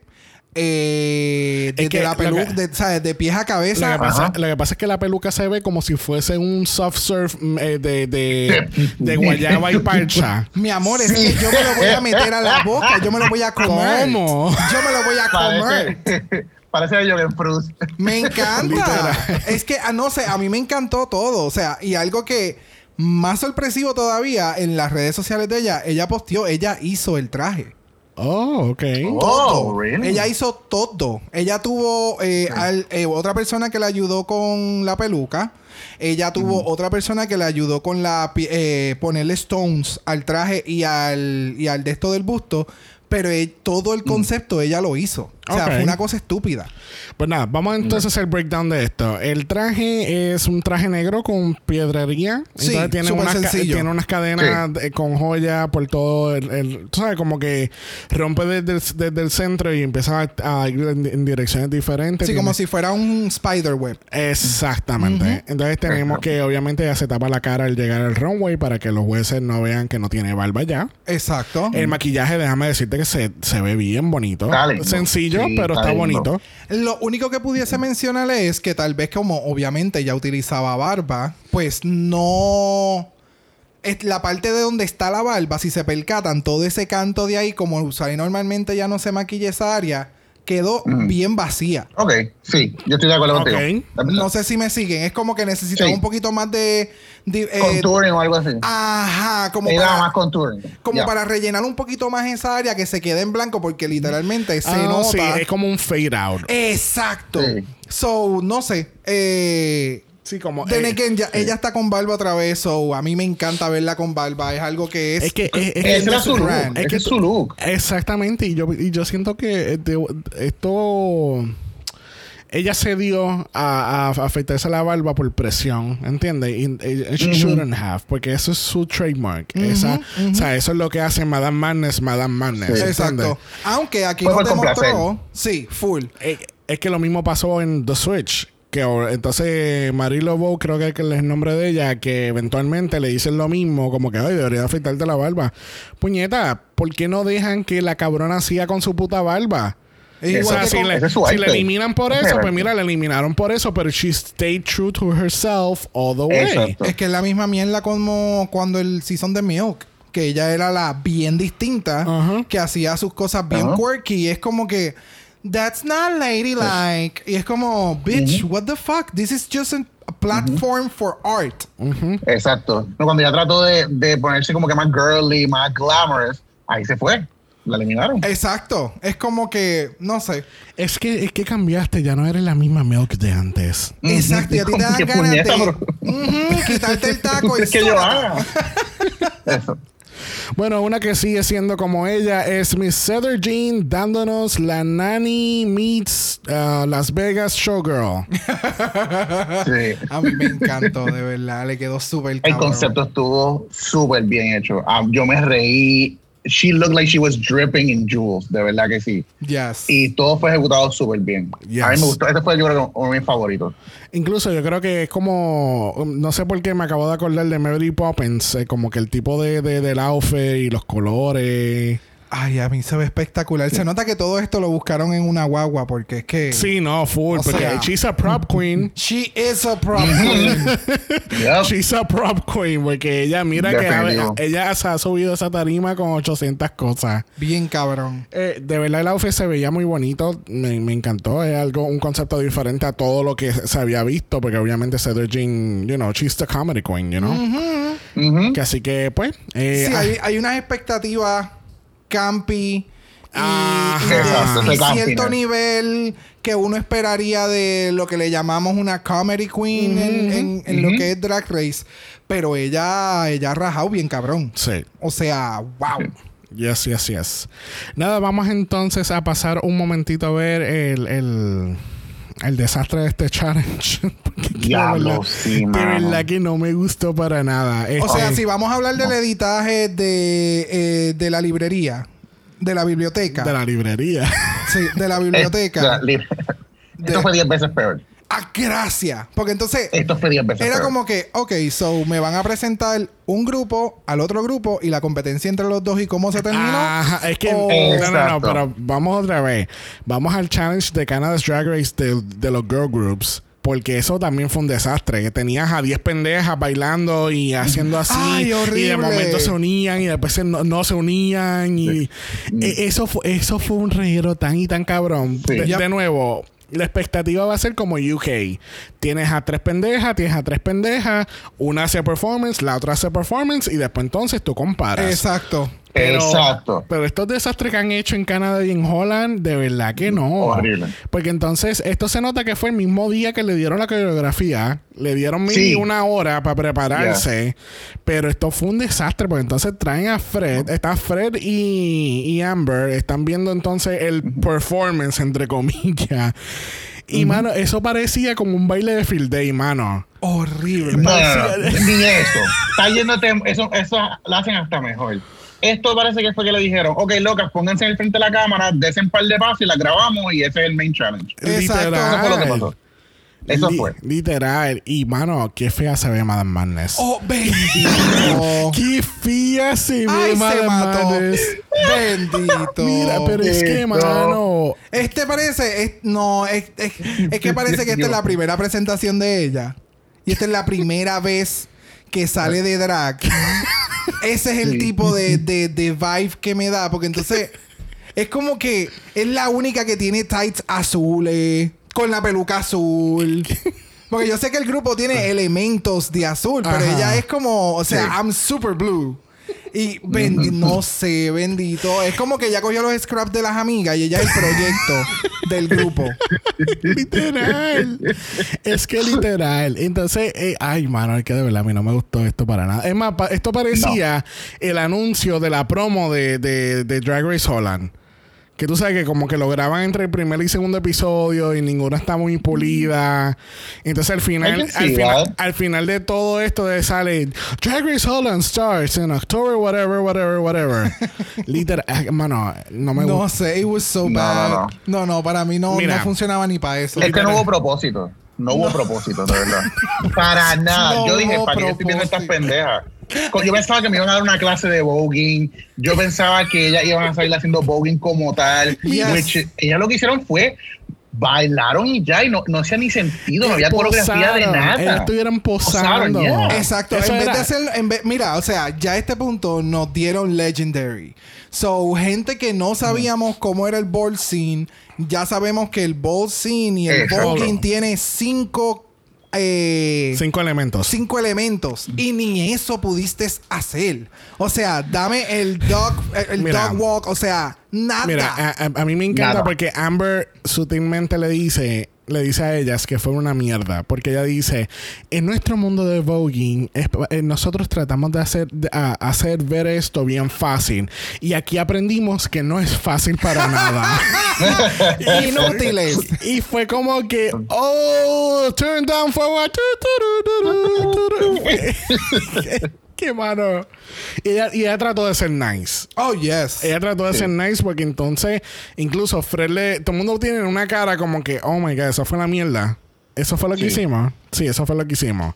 B: Eh, desde
A: Es que
B: la
A: lo
B: peluca,
A: que-
B: de, ¿sabes? de pies a
A: Lo
B: cabeza.
A: que, pasa,
C: Ajá.
A: lo que pasa es que la peluca se ve como si fuese un soft surf mm, eh, de, de, de guayaba y parcha.
B: Mi amor, es que yo me lo voy a meter a la boca, yo me lo voy a comer.
A: ¿Cómo?
B: Yo me lo voy a comer.
C: Parece, parece a Jürgen Proust.
B: Me encanta. es que, ah, no sé, a mí me encantó todo. O sea, y algo que más sorpresivo todavía en las redes sociales de ella, ella posteó, ella hizo el traje.
A: Oh, ok.
C: Oh, really?
B: Ella hizo todo. Ella tuvo eh, al- eh, otra persona que la ayudó con la peluca. Ella tuvo otra persona que la ayudó con la pi- eh, ponerle stones al traje y al, y al de esto del busto. Pero eh, todo el concepto ella lo hizo. O sea,
A: Ok.
B: fue una cosa estúpida.
A: Pues nada, vamos entonces al breakdown de esto. El traje es un traje negro con piedrería.
B: Sí,
A: Entonces tiene
B: súper
A: unas, ca-
B: sencillo.
A: tiene unas cadenas eh, con joya por todo el, el- Tú sabes, como que rompe desde el, desde el centro y empieza a, a ir en, en direcciones diferentes.
B: Sí,
A: Tiene-
B: como si fuera un spider web.
A: Exactamente. Entonces tenemos que obviamente ya se tapa la cara al llegar al runway para que los jueces no vean que no tiene barba ya.
B: Exacto.
A: El maquillaje, déjame decirte que se, se ve bien bonito.
C: Está lindo.
A: Sencillo,
C: Sí,
A: pero
C: está
A: está,
C: lindo.
A: bonito.
B: Lo único que pudiese mencionar es que tal vez como obviamente ella utilizaba barba, pues no... es La parte de donde está la barba, si se percatan, todo ese canto de ahí, como usaría normalmente ya no se maquilla esa área, quedó
C: Mm.
B: bien vacía.
C: Ok, sí, yo estoy de acuerdo
A: Ok.
C: contigo. También-
B: No sé si me siguen. Es como que necesitaba
C: Sí.
B: un poquito más de... de- eh,
C: Contouring o algo así.
A: ah,
B: ajá, como
C: Era
B: para...
C: más contouring.
B: Como
C: Ya.
B: para rellenar un poquito más esa área que se quede en blanco, porque literalmente se
A: Ah, no, sí,
B: nota.
A: es como un fade out.
B: Exacto.
C: Sí.
B: So, no sé. Eh,
A: sí, como.
B: then
A: eh,
B: again, ya- ella está con barba otra vez. So, a mí me encanta verla con barba. Es algo que es.
A: es que. Es, es-
C: Ese
B: que
C: era
B: es
C: su
B: su
C: look.
B: brand.
A: Es
C: ese
A: que
C: es
A: tú-
C: su look.
A: Exactamente, y yo, y yo siento que eh, de- esto. Ella se dio a, a afeitarse la barba por presión, ¿entiendes? Y, eh, she shouldn't have, porque eso es su trademark. Esa- O sea, eso es lo que hace Madame Madness, Madame Madness.
C: Sí.
B: Exacto.
A: ¿entiendes?
B: Aunque aquí
C: Fue
B: no
C: por
B: te
C: complacer.
B: mostró. Sí, full.
A: Eh, es que lo mismo pasó en The Switch. Que o- entonces Marilo Bow, creo que que es el nombre de ella, que eventualmente le dicen lo mismo, como que ay, debería afeitarte la barba. Puñeta, ¿por qué no dejan que la cabrona siga con su puta barba?
B: Es
A: O
B: igual
A: sea,
B: que
A: si
B: con-
A: le,
C: ese es su
A: si
C: arte.
A: le eliminan por eso,
C: Correcto.
A: pues mira, le eliminaron por eso, pero she stayed true to herself all the way.
C: Exacto.
B: Es que es la misma mierda como cuando el season de Milk. Que ella era la bien distinta.
A: Ajá.
B: Que hacía sus cosas bien
C: Ajá.
B: quirky. Y es como que. That's not ladylike. Y es como, bitch, what the fuck? This is just an- a platform for art.
C: Exacto. No, cuando ya trató de, de ponerse como que más girly, más glamorous, ahí se fue. La eliminaron.
B: Exacto. Es como que, no sé.
A: Es que es que cambiaste, ya no eres la misma Milk de antes.
B: Exacto. Y a ti te
C: Como
B: dan
C: que
B: ganas de
C: puñeta, bro.
B: ujú, quitarte el
C: ¿Qué tú
B: taco y
C: crees que yo
B: zócate.
C: haga? Eso.
A: Bueno, una que sigue siendo como ella es Miss Heather Jean dándonos la Nanny Meets uh, Las Vegas Showgirl.
C: Sí.
B: A mí me encantó, de verdad. Le quedó súper
C: El
B: cabrón.
C: concepto estuvo súper bien hecho. Ah, yo me reí. She looked like she was dripping in jewels, de verdad que sí.
B: Yes.
C: Y todo fue ejecutado súper bien.
A: Yes.
C: A mí me gustó. Este fue, yo creo, uno de mis favoritos.
A: Incluso yo creo que es como, um, no sé por qué me acabo de acordar de Mary Poppins, eh, como que el tipo de, de- del outfit y los colores.
B: Ay, a mí se ve espectacular. Se nota que todo esto lo buscaron en una guagua porque es que.
A: Sí, no, full,
B: O
A: porque
B: sea-
A: she's a prop queen.
B: She is a problem.
C: Yup.
A: She's a prop queen, porque ella mira que a-
C: Definitivo.
A: ella se ha subido a esa tarima con 800 cosas.
B: Bien cabrón.
A: Eh, de verdad el outfit se veía muy bonito, me, me encantó, es algo un concepto diferente a todo lo que se había visto, porque obviamente Cedric Jean, you know, she's the comedy queen, you know.
C: Ujú.
A: Que así que pues, eh,
B: sí,
A: ah,
B: hay, hay unas expectativas campi y,
A: Ah,
B: y de-
C: exacto,
B: y
C: de campiness.
B: cierto nivel que uno esperaría de lo que le llamamos una comedy queen en, en- en lo que es Drag Race. Pero ella, ella ha rajado bien cabrón.
A: sí.
B: O sea, wow.
A: Yes, yes, yes. Nada, vamos entonces a pasar un momentito a ver el, el, el desastre de este challenge. Porque que de
C: Diablo,
A: verdad-
C: sí,
A: De
C: mano.
A: verdad que no me gustó para nada.
B: O
A: Este,
B: sea, si vamos a hablar del editaje de, eh, de la librería, de la biblioteca.
A: de la librería.
B: Sí, de la
C: Eh, la
B: biblioteca.
C: li- Esto
B: De-
C: fue 10 veces peor.
B: ¡Ah, gracias! Porque entonces
C: Esto fue 10 veces
B: era
C: peor.
B: como que, ok, so me van a presentar un grupo al otro grupo y la competencia entre los dos y cómo se terminó.
A: Ajá, es que eh,
B: O-
A: no, no, no,
C: Exacto.
A: pero vamos otra vez. Vamos al challenge de Canada's Drag Race de, de los girl groups. Porque eso también fue un desastre. Que tenías a 10 pendejas bailando y haciendo así.
B: Ay,
A: Y
B: horrible.
A: de momento se unían y después se- no, no se unían. Y E- eso, fue, eso fue un reguero tan y tan cabrón.
C: Sí.
A: De,
B: Yep.
A: de nuevo. La expectativa va a ser como UK. Tienes a tres pendejas, tienes a tres pendejas, una hace performance, la otra hace performance y después entonces tú comparas.
B: Exacto.
A: Pero-
C: Exacto.
A: Pero estos desastres que han hecho en Canadá y en Holland, de verdad que no.
C: Horrible.
A: Porque entonces, esto se nota que fue el mismo día que le dieron la coreografía. Le dieron mil
C: Sí.
A: y una hora para prepararse. Pero esto fue un desastre. Porque entonces traen a Fred. Está Fred y, y Amber. Están viendo entonces el performance, entre comillas. Y mano, eso parecía como un baile de field day, mano.
B: Horrible.
C: No, no, no, ni eso. Está yéndote, eso, eso lo hacen hasta mejor. Esto parece que fue que le dijeron, ok, locas, pónganse en el frente de la cámara, desen un par de pasos y la grabamos y ese es el main challenge.
B: Exacto.
C: Eso fue lo que
A: Literal.
C: pasó. Eso
A: Li-
C: fue.
A: Literal. Y mano, qué fea se ve Madame Madness.
B: Oh, bendito.
A: Qué fea se ve,
B: Ay, se
A: madre
B: mató.
A: madres.
B: Bendito.
A: Mira, pero es que,
C: Esto.
A: então, mano.
B: Este parece, es- no, es, es- es que parece que esta es la primera presentación de ella. Y esta es la primera vez que sale de drag. Ese es el tipo de, de- de vibe que me da, porque entonces Es como que es la única que tiene tights azules, con la peluca azul. Porque yo sé que el grupo tiene elementos de azul, pero
A: Ah. Ajá.
B: ella es como, o sea,
C: Sí.
B: I'm super blue. Y
A: Mm.
B: bendi- no sé, bendito. Es como que ella cogió los scraps de las amigas y ella es el proyecto del grupo.
A: literal. Es que literal. Entonces, eh, ay, mano, es que de verdad a mí no me gustó esto para nada. Es más, pa- esto parecía el anuncio de la promo de, de- de Drag Race Holland. Que tú sabes que como que lo graban entre el primer y segundo episodio y ninguna está muy pulida. Entonces al final,
C: Ay, qué
A: al final,
C: ansiedad.
A: al final de todo esto de sale Drag Race Holland starts in October, whatever, whatever, whatever. Literal, ah, mano, no me
B: No
A: gusta.
B: sé, it was so
C: No,
B: bad. No,
C: no,
B: no, para mí no,
A: Mira.
B: no funcionaba ni para eso.
C: Es que no hubo propósito. No hubo propósito, de verdad. Para nada.
B: No
C: yo dije,
B: hubo
C: ¿para qué yo estoy viendo estas
B: propósito".
C: pendejas? Co- Yo pensaba que me iban a dar una clase de voguing. Yo pensaba que ellas iban a salir haciendo voguing como tal.
B: Yes.
C: Which, ellas lo que hicieron fue bailaron y ya, y no, no hacía ni sentido. No había coreografía de
A: Posaron.
C: nada.
A: Ellos estuvieron
C: Posaron,
A: posando.
C: yeah.
B: Exacto,
A: Eso
B: en vez de
A: era-
B: hacer, en vez- mira, o sea, ya a este punto nos dieron Legendary. So, gente que no sabíamos cómo era el ball scene, ya sabemos que el ball scene y el
C: Exacto.
B: bowling tiene cinco, eh,
A: Cinco elementos.
B: cinco elementos y ni eso pudiste hacer. O sea, dame el dog, el
A: Mira.
B: dog walk, o sea, nada.
A: Mira, eh, a, a- a mí me encanta
C: Nada.
A: porque Amber sutilmente le dice, le dice a ellas que fue una mierda. Porque ella dice, en nuestro mundo de voguing, es- eh, nosotros tratamos de hacer, de- a- hacer ver esto bien fácil. Y aquí aprendimos que no es fácil para nada.
B: Inútiles.
A: Y fue como que, oh, turn down forward. tu, tu, tu, tu, tu, tu". Qué- Qué mano. Y ella, y ella trató de ser nice.
B: Oh, yes.
A: Ella trató de ser nice porque entonces, incluso Fred le. Todo el mundo tiene una cara como que, oh my god, eso fue una mierda. Eso fue lo que
C: Sí.
A: hicimos. Sí, eso fue lo que hicimos.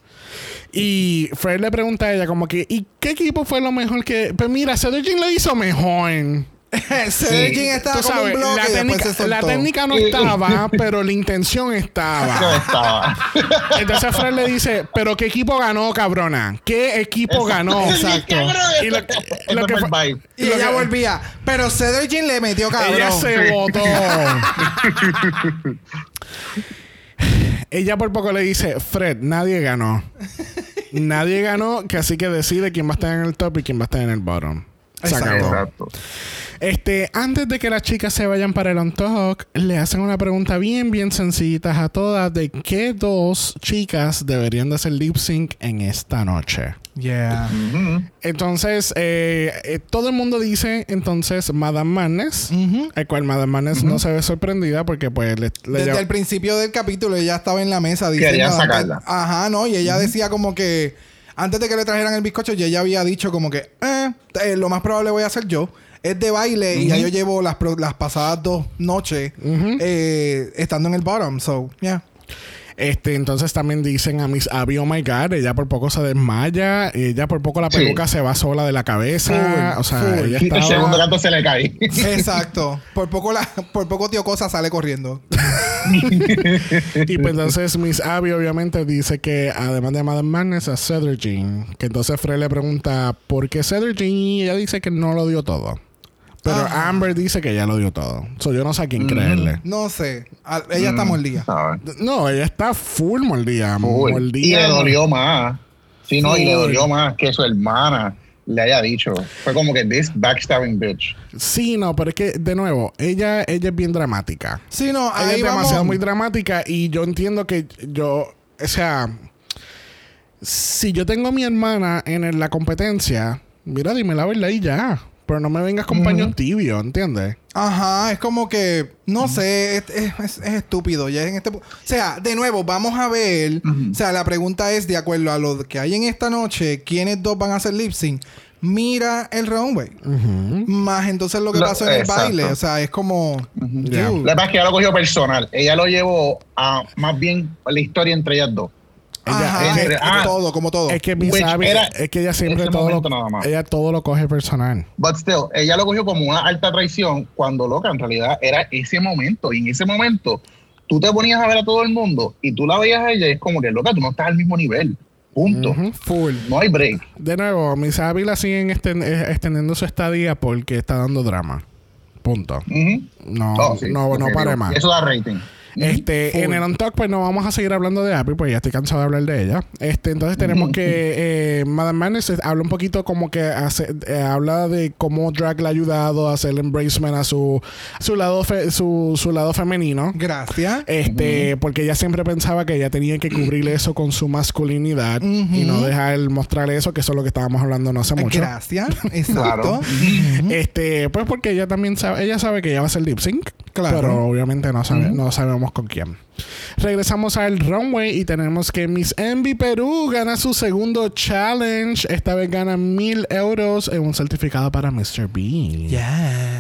A: Y Fred le pregunta a ella como que, ¿y qué equipo fue lo mejor que.? Pues mira, Cedric Jean lo hizo mejor.
B: Sergin
C: Sí.
B: estaba
A: Tú
B: como
A: sabes,
B: un bloque
A: la
B: y después se
A: técnica, la
B: soltó.
A: técnica no
C: Sí.
A: estaba, pero la intención estaba.
C: Yo estaba.
A: Entonces Fred le dice, pero ¿qué equipo ganó, cabrona? ¿Qué equipo ganó?
B: Exacto.
A: Y lo- lo
C: Eso
A: que
C: fue el
A: fue-
C: vibe.
B: Y
A: Lo
B: ella
A: que-
B: volvía. Pero Cedric Jean le metió cabrón.
A: Ella se
C: Sí.
A: votó. Ella por poco le dice, Fred, nadie ganó. Nadie ganó, que así que decide quién va a estar en el top y quién va a estar en el bottom. Se
B: Exacto.
A: acabó.
C: Exacto.
A: Este, antes de que las chicas se vayan para el on talk, le hacen una pregunta bien, bien sencillita a todas de qué dos chicas deberían de hacer lip sync en esta noche.
B: Yeah.
C: Ujú.
A: Entonces, eh, eh, todo el mundo dice entonces Madame Madness,
B: Ujú.
A: el cual Madame Madness no se ve sorprendida porque pues le, le
B: Desde
A: lleva-
B: el principio del capítulo ella estaba en la mesa diciendo...
C: Querían
B: antes-
C: sacarla.
B: ajá, no. Y ella decía como que... Antes de que le trajeran el bizcocho, ya ella había dicho como que... Eh, eh, lo más probable voy a hacer yo. Es de baile y ya yo llevo las, pro- las pasadas dos noches eh, estando en el bottom. So, yeah.
A: este entonces también dicen a Miss Abby, oh my god, ella por poco se desmaya, ella por poco la
C: Sí.
A: peluca se va sola de la cabeza,
B: Full,
A: Ah, o sea,
B: full.
A: ella
C: Y el segundo
A: estaba...
C: gato se le cae.
B: Exacto. Por poco, la, por poco tío Cosa sale corriendo.
A: y pues entonces Miss Abby obviamente dice que además de Madame Madness a Cedric Jean, que entonces Fred le pregunta por qué Cedric Jean y ella dice que no lo dio todo. Pero
B: Ajá.
A: Amber dice que ya lo dio todo. So, yo no sé a quién creerle.
B: No sé. A- ella está
C: Mm,
B: mordida.
C: ¿sabes?
A: No, ella está full mordida.
C: Full.
A: mordida.
C: Y le dolió más. Sí, no, y le
A: Full.
C: dolió más que su hermana le haya dicho. Fue como que this backstabbing bitch.
A: Sí, no, pero es que, de nuevo, ella, ella es bien dramática.
B: Sí, no,
A: Ella
B: ahí
A: es demasiado
B: vamos.
A: muy dramática y yo entiendo que yo, o sea, si yo tengo a mi hermana en el- la competencia, mira, dime la verdad y ya. Pero no me vengas con paño tibio, ¿entiendes?
B: Ajá, es como que, no sé, es, es- es- es estúpido. Ya en este, pu- o sea, de nuevo, vamos a ver. O sea, la pregunta es, de acuerdo a lo que hay en esta noche, ¿quiénes dos van a hacer lip sync? Mira el runway. Más entonces lo que
C: Lo-
B: pasó en el
C: exacto.
B: baile. O sea, es como...
A: Ya.
B: dude.
C: La verdad es que ella lo cogió personal. Ella lo llevó a más bien la historia entre ellas dos.
B: Ajá,
A: Ella-
B: es-
C: entre-
B: es
C: ah,
B: todo, como todo.
A: Es que mi
C: Which
A: sabe-
C: era
A: es que ella siempre
C: ese
A: todo
C: momento nada
A: lo,
C: más.
A: ella todo lo coge personal.
C: But still, ella lo cogió como una alta traición cuando loca, en realidad era ese momento. Y en ese momento, tú te ponías a ver a todo el mundo y tú la veías a ella y es como que loca, tú no estás al mismo nivel. Punto.
A: Ujú, Full.
C: No hay break.
A: De nuevo, mis Abby la siguen esten- eh, extendiendo su estadía porque está dando drama. Punto.
C: Ujú.
A: No,
C: Oh, sí,
A: no, no
C: definitivo.
A: pare más.
C: Eso da rating.
A: Este, en el on talk, pues no vamos a seguir hablando de Apple, pues ya estoy cansado de hablar de ella. Este, entonces tenemos que eh, Madame Madness eh, habla un poquito como que hace, eh, habla de cómo Drag le ha ayudado a hacer el embracement a su, su lado fe- su, su lado femenino.
B: Gracias.
A: Este, porque ella siempre pensaba que ella tenía que cubrir eso con su masculinidad y no dejar mostrar eso, que eso es lo que estábamos hablando no hace mucho.
B: Gracias. Exacto.
C: Claro.
A: Este, pues porque ella también sabe, ella sabe que ella va a hacer lip sync.
B: Claro.
A: Pero obviamente no, sabe- no sabemos con quién. Regresamos al runway y tenemos que Miss Envy Perú gana su segundo challenge. Esta vez gana mil euros en un certificado para Mr. Bean.
B: Yes.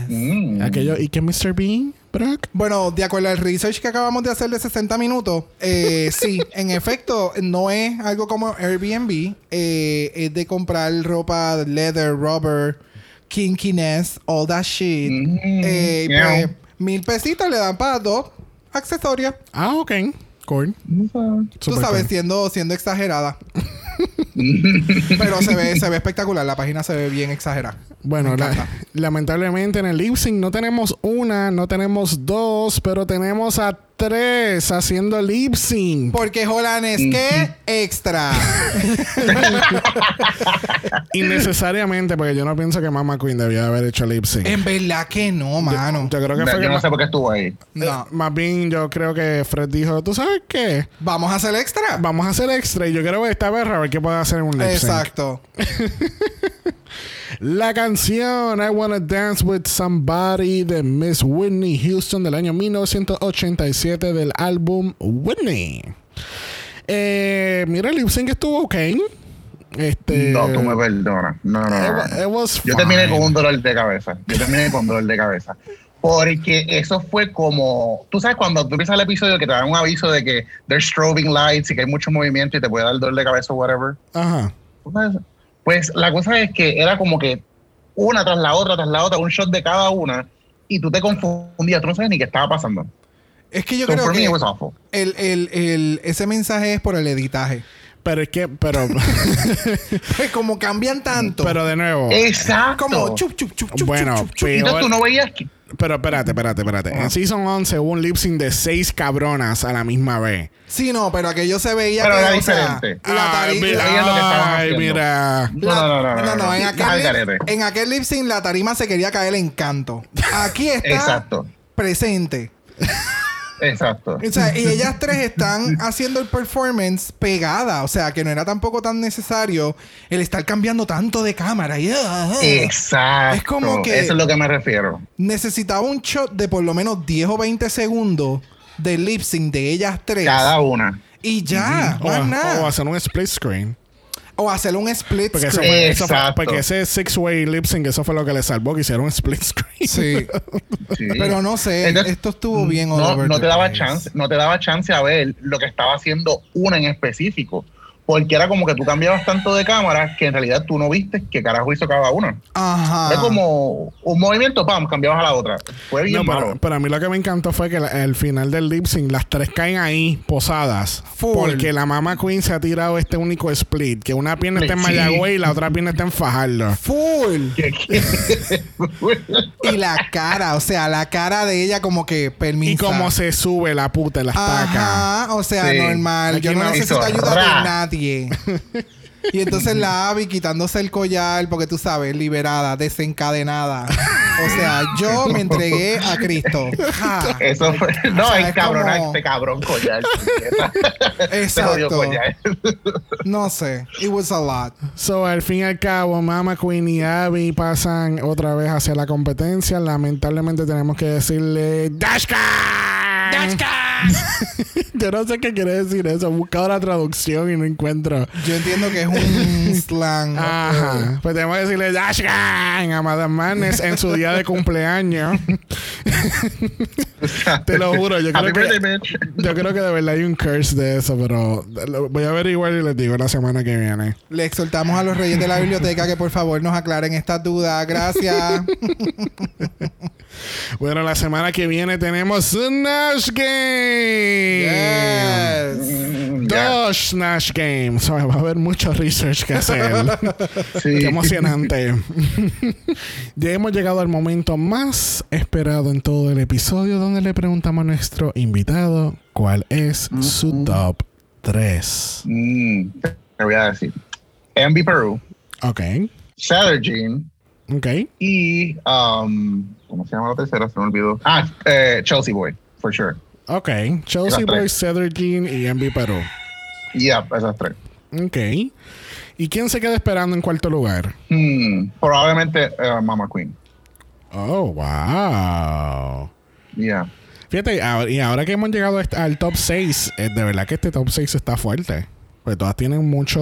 C: Mm.
A: Aquello, ¿y qué Mr. Bean, Brock?
B: Bueno, de acuerdo al research que acabamos de hacer de 60 minutos, eh, sí, en efecto, no es algo como Airbnb, eh, es de comprar ropa, leather, rubber, kinkiness, all that shit.
C: Mm,
A: Mm-hmm.
B: Eh,
C: yeah.
B: pues, mil pesitos le dan para dos accesorios.
A: Ah, ok. Cool.
B: Tú
A: Super
B: sabes,
A: cool.
B: siendo, siendo exagerada. Pero se ve, se ve espectacular, la página se ve bien exagerada.
A: Bueno,
B: Me
A: la-
B: encanta.
A: lamentablemente en el lip sync no tenemos una, no tenemos dos, pero tenemos a tres haciendo lip sync.
B: Porque Jolan es
A: Mm-hmm.
B: que extra.
A: Innecesariamente, porque yo no pienso que Mama Queen debió haber hecho lip sync.
B: en verdad que no, mano.
A: Yo creo que fue que
C: Yo Em, no
A: más,
C: sé por qué estuvo ahí.
B: No.
A: más bien yo creo que Fred dijo, ¿tú sabes qué?
B: Vamos a hacer extra.
A: Vamos a hacer extra y yo quiero ver esta berra a ver qué puede hacer en un lip sync.
B: Exacto.
A: La canción I Wanna Dance With Somebody de Miss Whitney Houston del año 1987 del álbum Whitney. Eh, mira, el lip sync estuvo ok. Este,
C: No, tú me perdonas. No, no,
A: It
C: no.
A: wa- it was
C: Yo terminé
A: fine.
C: con un dolor de cabeza. Yo terminé con dolor de cabeza. Porque eso fue como. Tú sabes, cuando tú empiezas el episodio que te dan un aviso de que there's strobing lights y que hay mucho movimiento y te puede dar dolor de cabeza o whatever.
A: Ajá.
C: ¿Tú sabes? Pues la cosa es que era como que una tras la otra, tras la otra, un shot de cada una y tú te confundías. Tú no sabes ni qué estaba pasando.
B: Es que yo
C: So,
B: creo
C: for me,
B: que
C: it was awful.
B: el, el, el, ese mensaje es por el editaje. Pues
A: Pero es que, pero,
B: Como cambian tanto.
A: pero de nuevo.
C: Exacto.
B: como chup, chup, chup, chup,
A: Bueno,
B: chup, chup, chup.
A: pero-
C: Entonces tú no veías que.
A: Pero espérate, espérate, espérate. En Season 11 hubo un lip sync de seis cabronas a la misma vez.
B: Sí, no, pero aquello se veía
C: Pero
B: que,
C: era
B: o sea,
C: diferente.
B: la
A: ay,
B: tari-
A: Ah, mira,
B: la-
C: Ahí es lo que estaban
A: ay,
C: haciendo.
A: mira.
C: No, no, no, no. no, no.
B: en
C: Al
B: aquel,
C: garete.
B: lip, en aquel lip sync la tarima se quería caer en canto. Aquí está
C: Exacto.
B: presente.
C: Exacto.
B: O sea, y ellas tres están haciendo el performance pegada. O sea, que no era tampoco tan necesario el estar cambiando tanto de cámara. Y, ah, ah.
C: Exacto.
B: Es como que-
C: Eso es lo que me refiero.
B: Necesitaba un shot de por lo menos 10 o 20 segundos de lip sync de ellas tres.
C: Cada una.
B: Y ya,
A: O,
B: más
A: a-
B: nada.
A: o hacer un split screen.
B: O hacer un split
A: Porque, eso
B: screen.
A: fue, eso fue-
C: Exacto.
A: porque ese six-way lip sync, eso fue lo que le salvó, que hicieron un split screen.
B: Sí.
C: Sí.
B: Pero no sé,
C: Entonces,
B: esto estuvo bien all
C: no,
B: over
C: no
B: the
C: te daba
B: place.
C: chance, no te daba chance a ver lo que estaba haciendo una en específico. Porque era como que tú cambiabas tanto de cámara que en realidad tú no viste qué carajo hizo cada una.
B: Ajá.
C: Es como un movimiento, pam, cambiabas a la otra. Fue bien
A: No, pero,
C: malo.
A: pero a mí lo que me encantó fue que la- al final del lip sync las tres caen ahí posadas.
B: Full.
A: Porque la mamá Queen se ha tirado este único split, que una pierna está en
C: Sí.
A: Mayagüez y la otra pierna está en Fajardo.
B: Full.
C: Que- que-
B: Y la cara, o sea, la cara de ella como que permisa.
A: Y cómo se sube la puta, las taca.
B: Ajá, o sea,
C: Sí.
B: normal. Yo
A: Aquí
B: no
A: no
B: necesito
C: hizo
B: ayuda
C: ra.
B: de nadie. Y entonces la Abby quitándose el collar, porque tú sabes, liberada, desencadenada. O sea, yo me entregué a Cristo. Ja.
C: Eso fue.
B: O
C: No,
B: sea,
C: el
B: es
C: cabrón,
B: como-
C: este cabrón collar. Este jodió
B: Exacto.
C: collar.
B: No sé. It was a lot.
A: So, al fin y al cabo, Mama Queen y Abby pasan otra vez hacia la competencia. Lamentablemente tenemos que decirle Dashka. Yo no sé qué quiere decir eso. He buscado la traducción y no encuentro.
B: Yo entiendo que es un slang.
A: Ajá. Pues tenemos que decirle Dashkan a Madame Madness en su día de cumpleaños. Te lo juro, yo
C: Happy
A: creo que.
C: birthday, bitch.
A: Yo creo que de verdad hay un curse de eso, pero lo- voy a averiguar y les digo la semana que viene.
B: Le exhortamos a los reyes de la biblioteca que por favor nos aclaren estas dudas. Gracias.
A: Bueno, la semana que viene tenemos Nash Game.
C: Mm, ya.
A: Dos Nash Games. Ay, va a haber mucho research que hacer.
C: Sí.
A: Qué emocionante. ya hemos llegado al momento más esperado en todo el episodio donde le preguntamos a nuestro invitado cuál es su top 3.
C: Mm, te voy a decir. Envy Perú,
A: Ok,
C: Shatter Jean
A: ok.
C: y. um, ¿Cómo se llama la tercera? Se me olvidó. Ah, eh, Chelsea Boy, for sure.
A: Ok, Chelsea
C: Las tres.
A: Boy, Cedric Jean y Envy Perú.
C: Yep, esas tres.
A: Ok. ¿Y quién se queda esperando en cuarto lugar?
C: Hmm, probablemente eh, Mama Queen.
A: Oh, wow.
C: Yeah.
A: Fíjate, ahora- y ahora que hemos llegado a este- al top 6, de verdad que este top 6 está fuerte. Porque todas tienen mucho,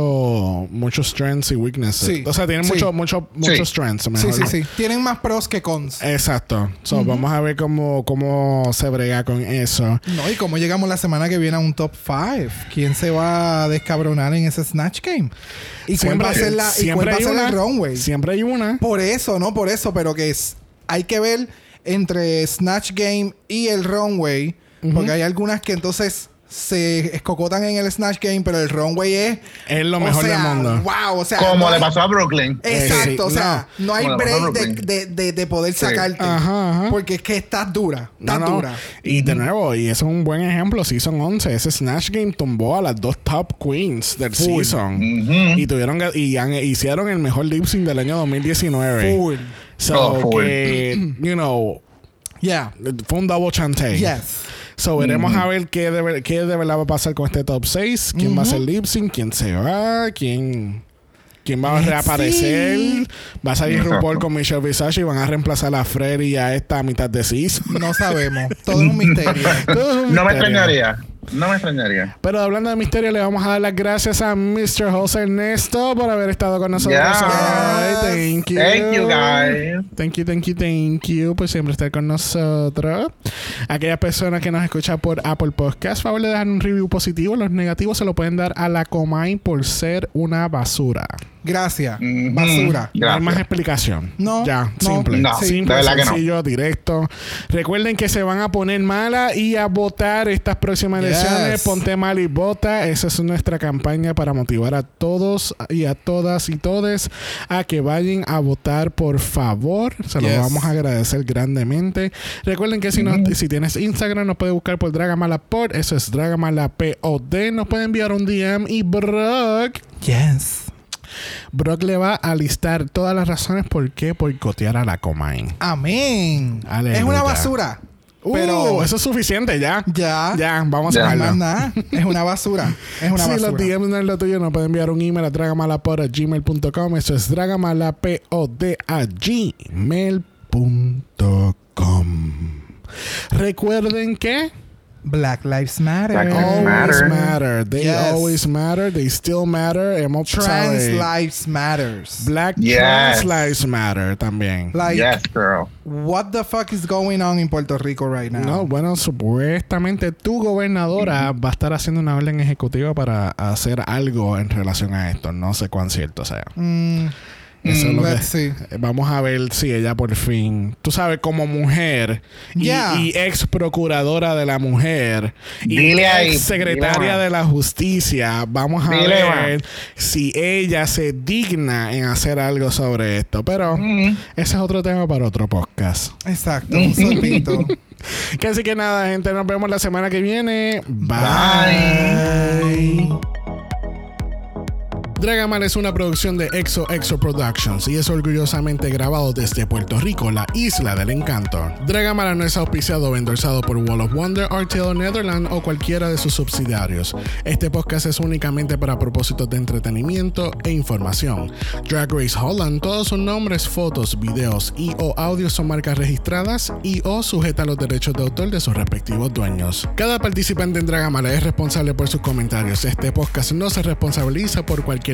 A: muchos strengths y weaknesses.
B: Sí.
A: O sea, tienen
B: Sí.
A: muchos mucho, muchos strengths.
B: Sí,
A: mejor.
B: sí, sí. Tienen más pros que cons.
A: Exacto. So, Vamos a ver cómo, cómo se brega con eso.
B: No, y cómo llegamos la semana que viene a un top 5. ¿Quién se va a descabronar en ese Snatch Game? ¿Y cuál va a ser la, y cuál va a
A: hay
B: ser
A: una,
B: el runway?
A: Siempre hay una.
B: Por eso, no por eso, pero que es, hay que ver entre Snatch Game y el runway. Porque hay algunas que entonces se escocotan en el Snatch Game, pero el runway es.
A: Es lo
B: o
A: mejor
B: sea,
A: del mundo.
B: Wow, o sea.
C: Como
B: no
C: le
B: hay-
C: pasó a Brooklyn.
B: Exacto,
A: Sí,
B: o
A: no.
B: sea, no, hay
C: Bueno,
B: break
C: mejor
B: de,
C: Brooklyn.
B: de- de- de poder
C: Sí.
B: sacarte.
A: Ajá, ajá.
B: Porque es que estás dura.
A: No,
B: Estás
A: no.
B: dura.
A: Y de nuevo, y eso es un buen ejemplo, Season 11. Ese Snatch Game tumbó a las dos top queens del
B: Full.
A: season.
C: Ujú.
A: Y tuvieron que- y han- hicieron el mejor lip sync del año 2019.
B: Full.
A: So
C: Oh, full.
A: que, you know,
B: Yeah.
A: fue un double chante.
B: Yes.
A: So veremos a ver qué de, ver- qué de verdad va a pasar con este top 6. ¿Quién va a hacer lip sync? ¿Quién se va? ¿Quién, quién va a
B: Sí.
A: reaparecer? Va a salir
C: Exacto.
A: RuPaul con Michelle Visage y van a reemplazar a Freddy y a esta a mitad de season.
B: No sabemos. Todo es un misterio.
A: Todo es un
C: No
A: misterio.
C: me extrañaría. No me extrañaría.
A: Pero hablando de misterio, le vamos a dar las gracias a Mr. José Ernesto por haber estado con nosotros.
C: Yeah.
A: hoy. Thank you.
C: Thank you, guys.
A: Thank you, thank you, thank you por siempre estar con nosotros. Aquellas personas que nos escuchan por Apple Podcast, favor de dejar un review positivo. Los negativos se lo pueden dar a la Comay por ser una basura.
B: Gracias.
C: Ujú.
B: Basura.
A: No hay más
C: Gracias.
A: explicación.
B: No,
A: Ya,
B: no.
A: simple.
C: No,
A: simple,
C: de verdad que no.
A: sencillo, directo. Recuerden que se van a poner mala y a votar estas próximas
B: Yes.
A: elecciones. Ponte mal y vota. Esa es nuestra campaña para motivar a todos y a todas y todes a que vayan a votar, por favor. Se lo
B: Yes. Mm.
A: vamos a agradecer grandemente. Recuerden que si, no, si tienes Instagram, nos puedes buscar por Dragamalapod. Eso es Dragamalapod. Nos puede enviar un DM y Brock
B: Yes.
A: Brock le va a listar todas las razones por qué boicotear a la Comain.
B: Amén.
A: Aleluya.
B: Es una basura.
A: pero
B: pero
A: eso es suficiente ya.
B: ya.
A: Ya, vamos a
C: Ya.
B: Ah. Más
A: dejarlo.
B: nada. Es una basura. Es una
A: si los
B: basura.
A: DMs no es lo tuyo, nos pueden enviar un email a dragamalapod.gmail.com. Eso es dragamalapod.gmail.com. Recuerden que
B: Black Lives Matter.
C: Black Lives
A: always matter.
C: matter.
A: They
B: Yes.
A: always matter. They still matter. Hemos
B: Trans
A: sabe,
B: Lives Matters.
A: Black
C: Yes.
A: trans lives matter también.
B: Like,
C: Yes, girl.
B: what the fuck is going on in Puerto Rico right now?
A: No, bueno, supuestamente tu gobernadora va a estar haciendo una orden ejecutiva para hacer algo en relación a esto. No sé cuán cierto sea.
B: Mm,
A: Eso es lo
B: let's
A: que-
B: see.
A: eh, Vamos a ver si ella por fin, tú sabes, como mujer y,
B: Yeah.
A: y ex procuradora de la mujer y
C: Dile ahí,
A: ex secretaria
C: dile, ma.
A: de la justicia, vamos a
C: Dile,
A: ver si ella se digna en hacer algo sobre esto. Pero
C: Mm. Hmm.
A: ese es otro tema para otro podcast.
B: Exacto. Un sorbito.
A: Que así que nada, gente, nos vemos la semana que viene. Bye.
C: Bye.
A: Dragamal es una producción de Exo Exo Productions y es orgullosamente grabado desde Puerto Rico, la isla del encanto. Dragamala no es auspiciado o endorsado por Wall of Wonder, RTL Netherlands o cualquiera de sus subsidiarios. Este podcast es únicamente para propósitos de entretenimiento e información. Drag Race Holland, todos sus nombres, fotos, videos y o audios son marcas registradas y o sujeta a los derechos de autor de sus respectivos dueños. Cada participante en Dragamala es responsable por sus comentarios. Este podcast no se responsabiliza por cualquier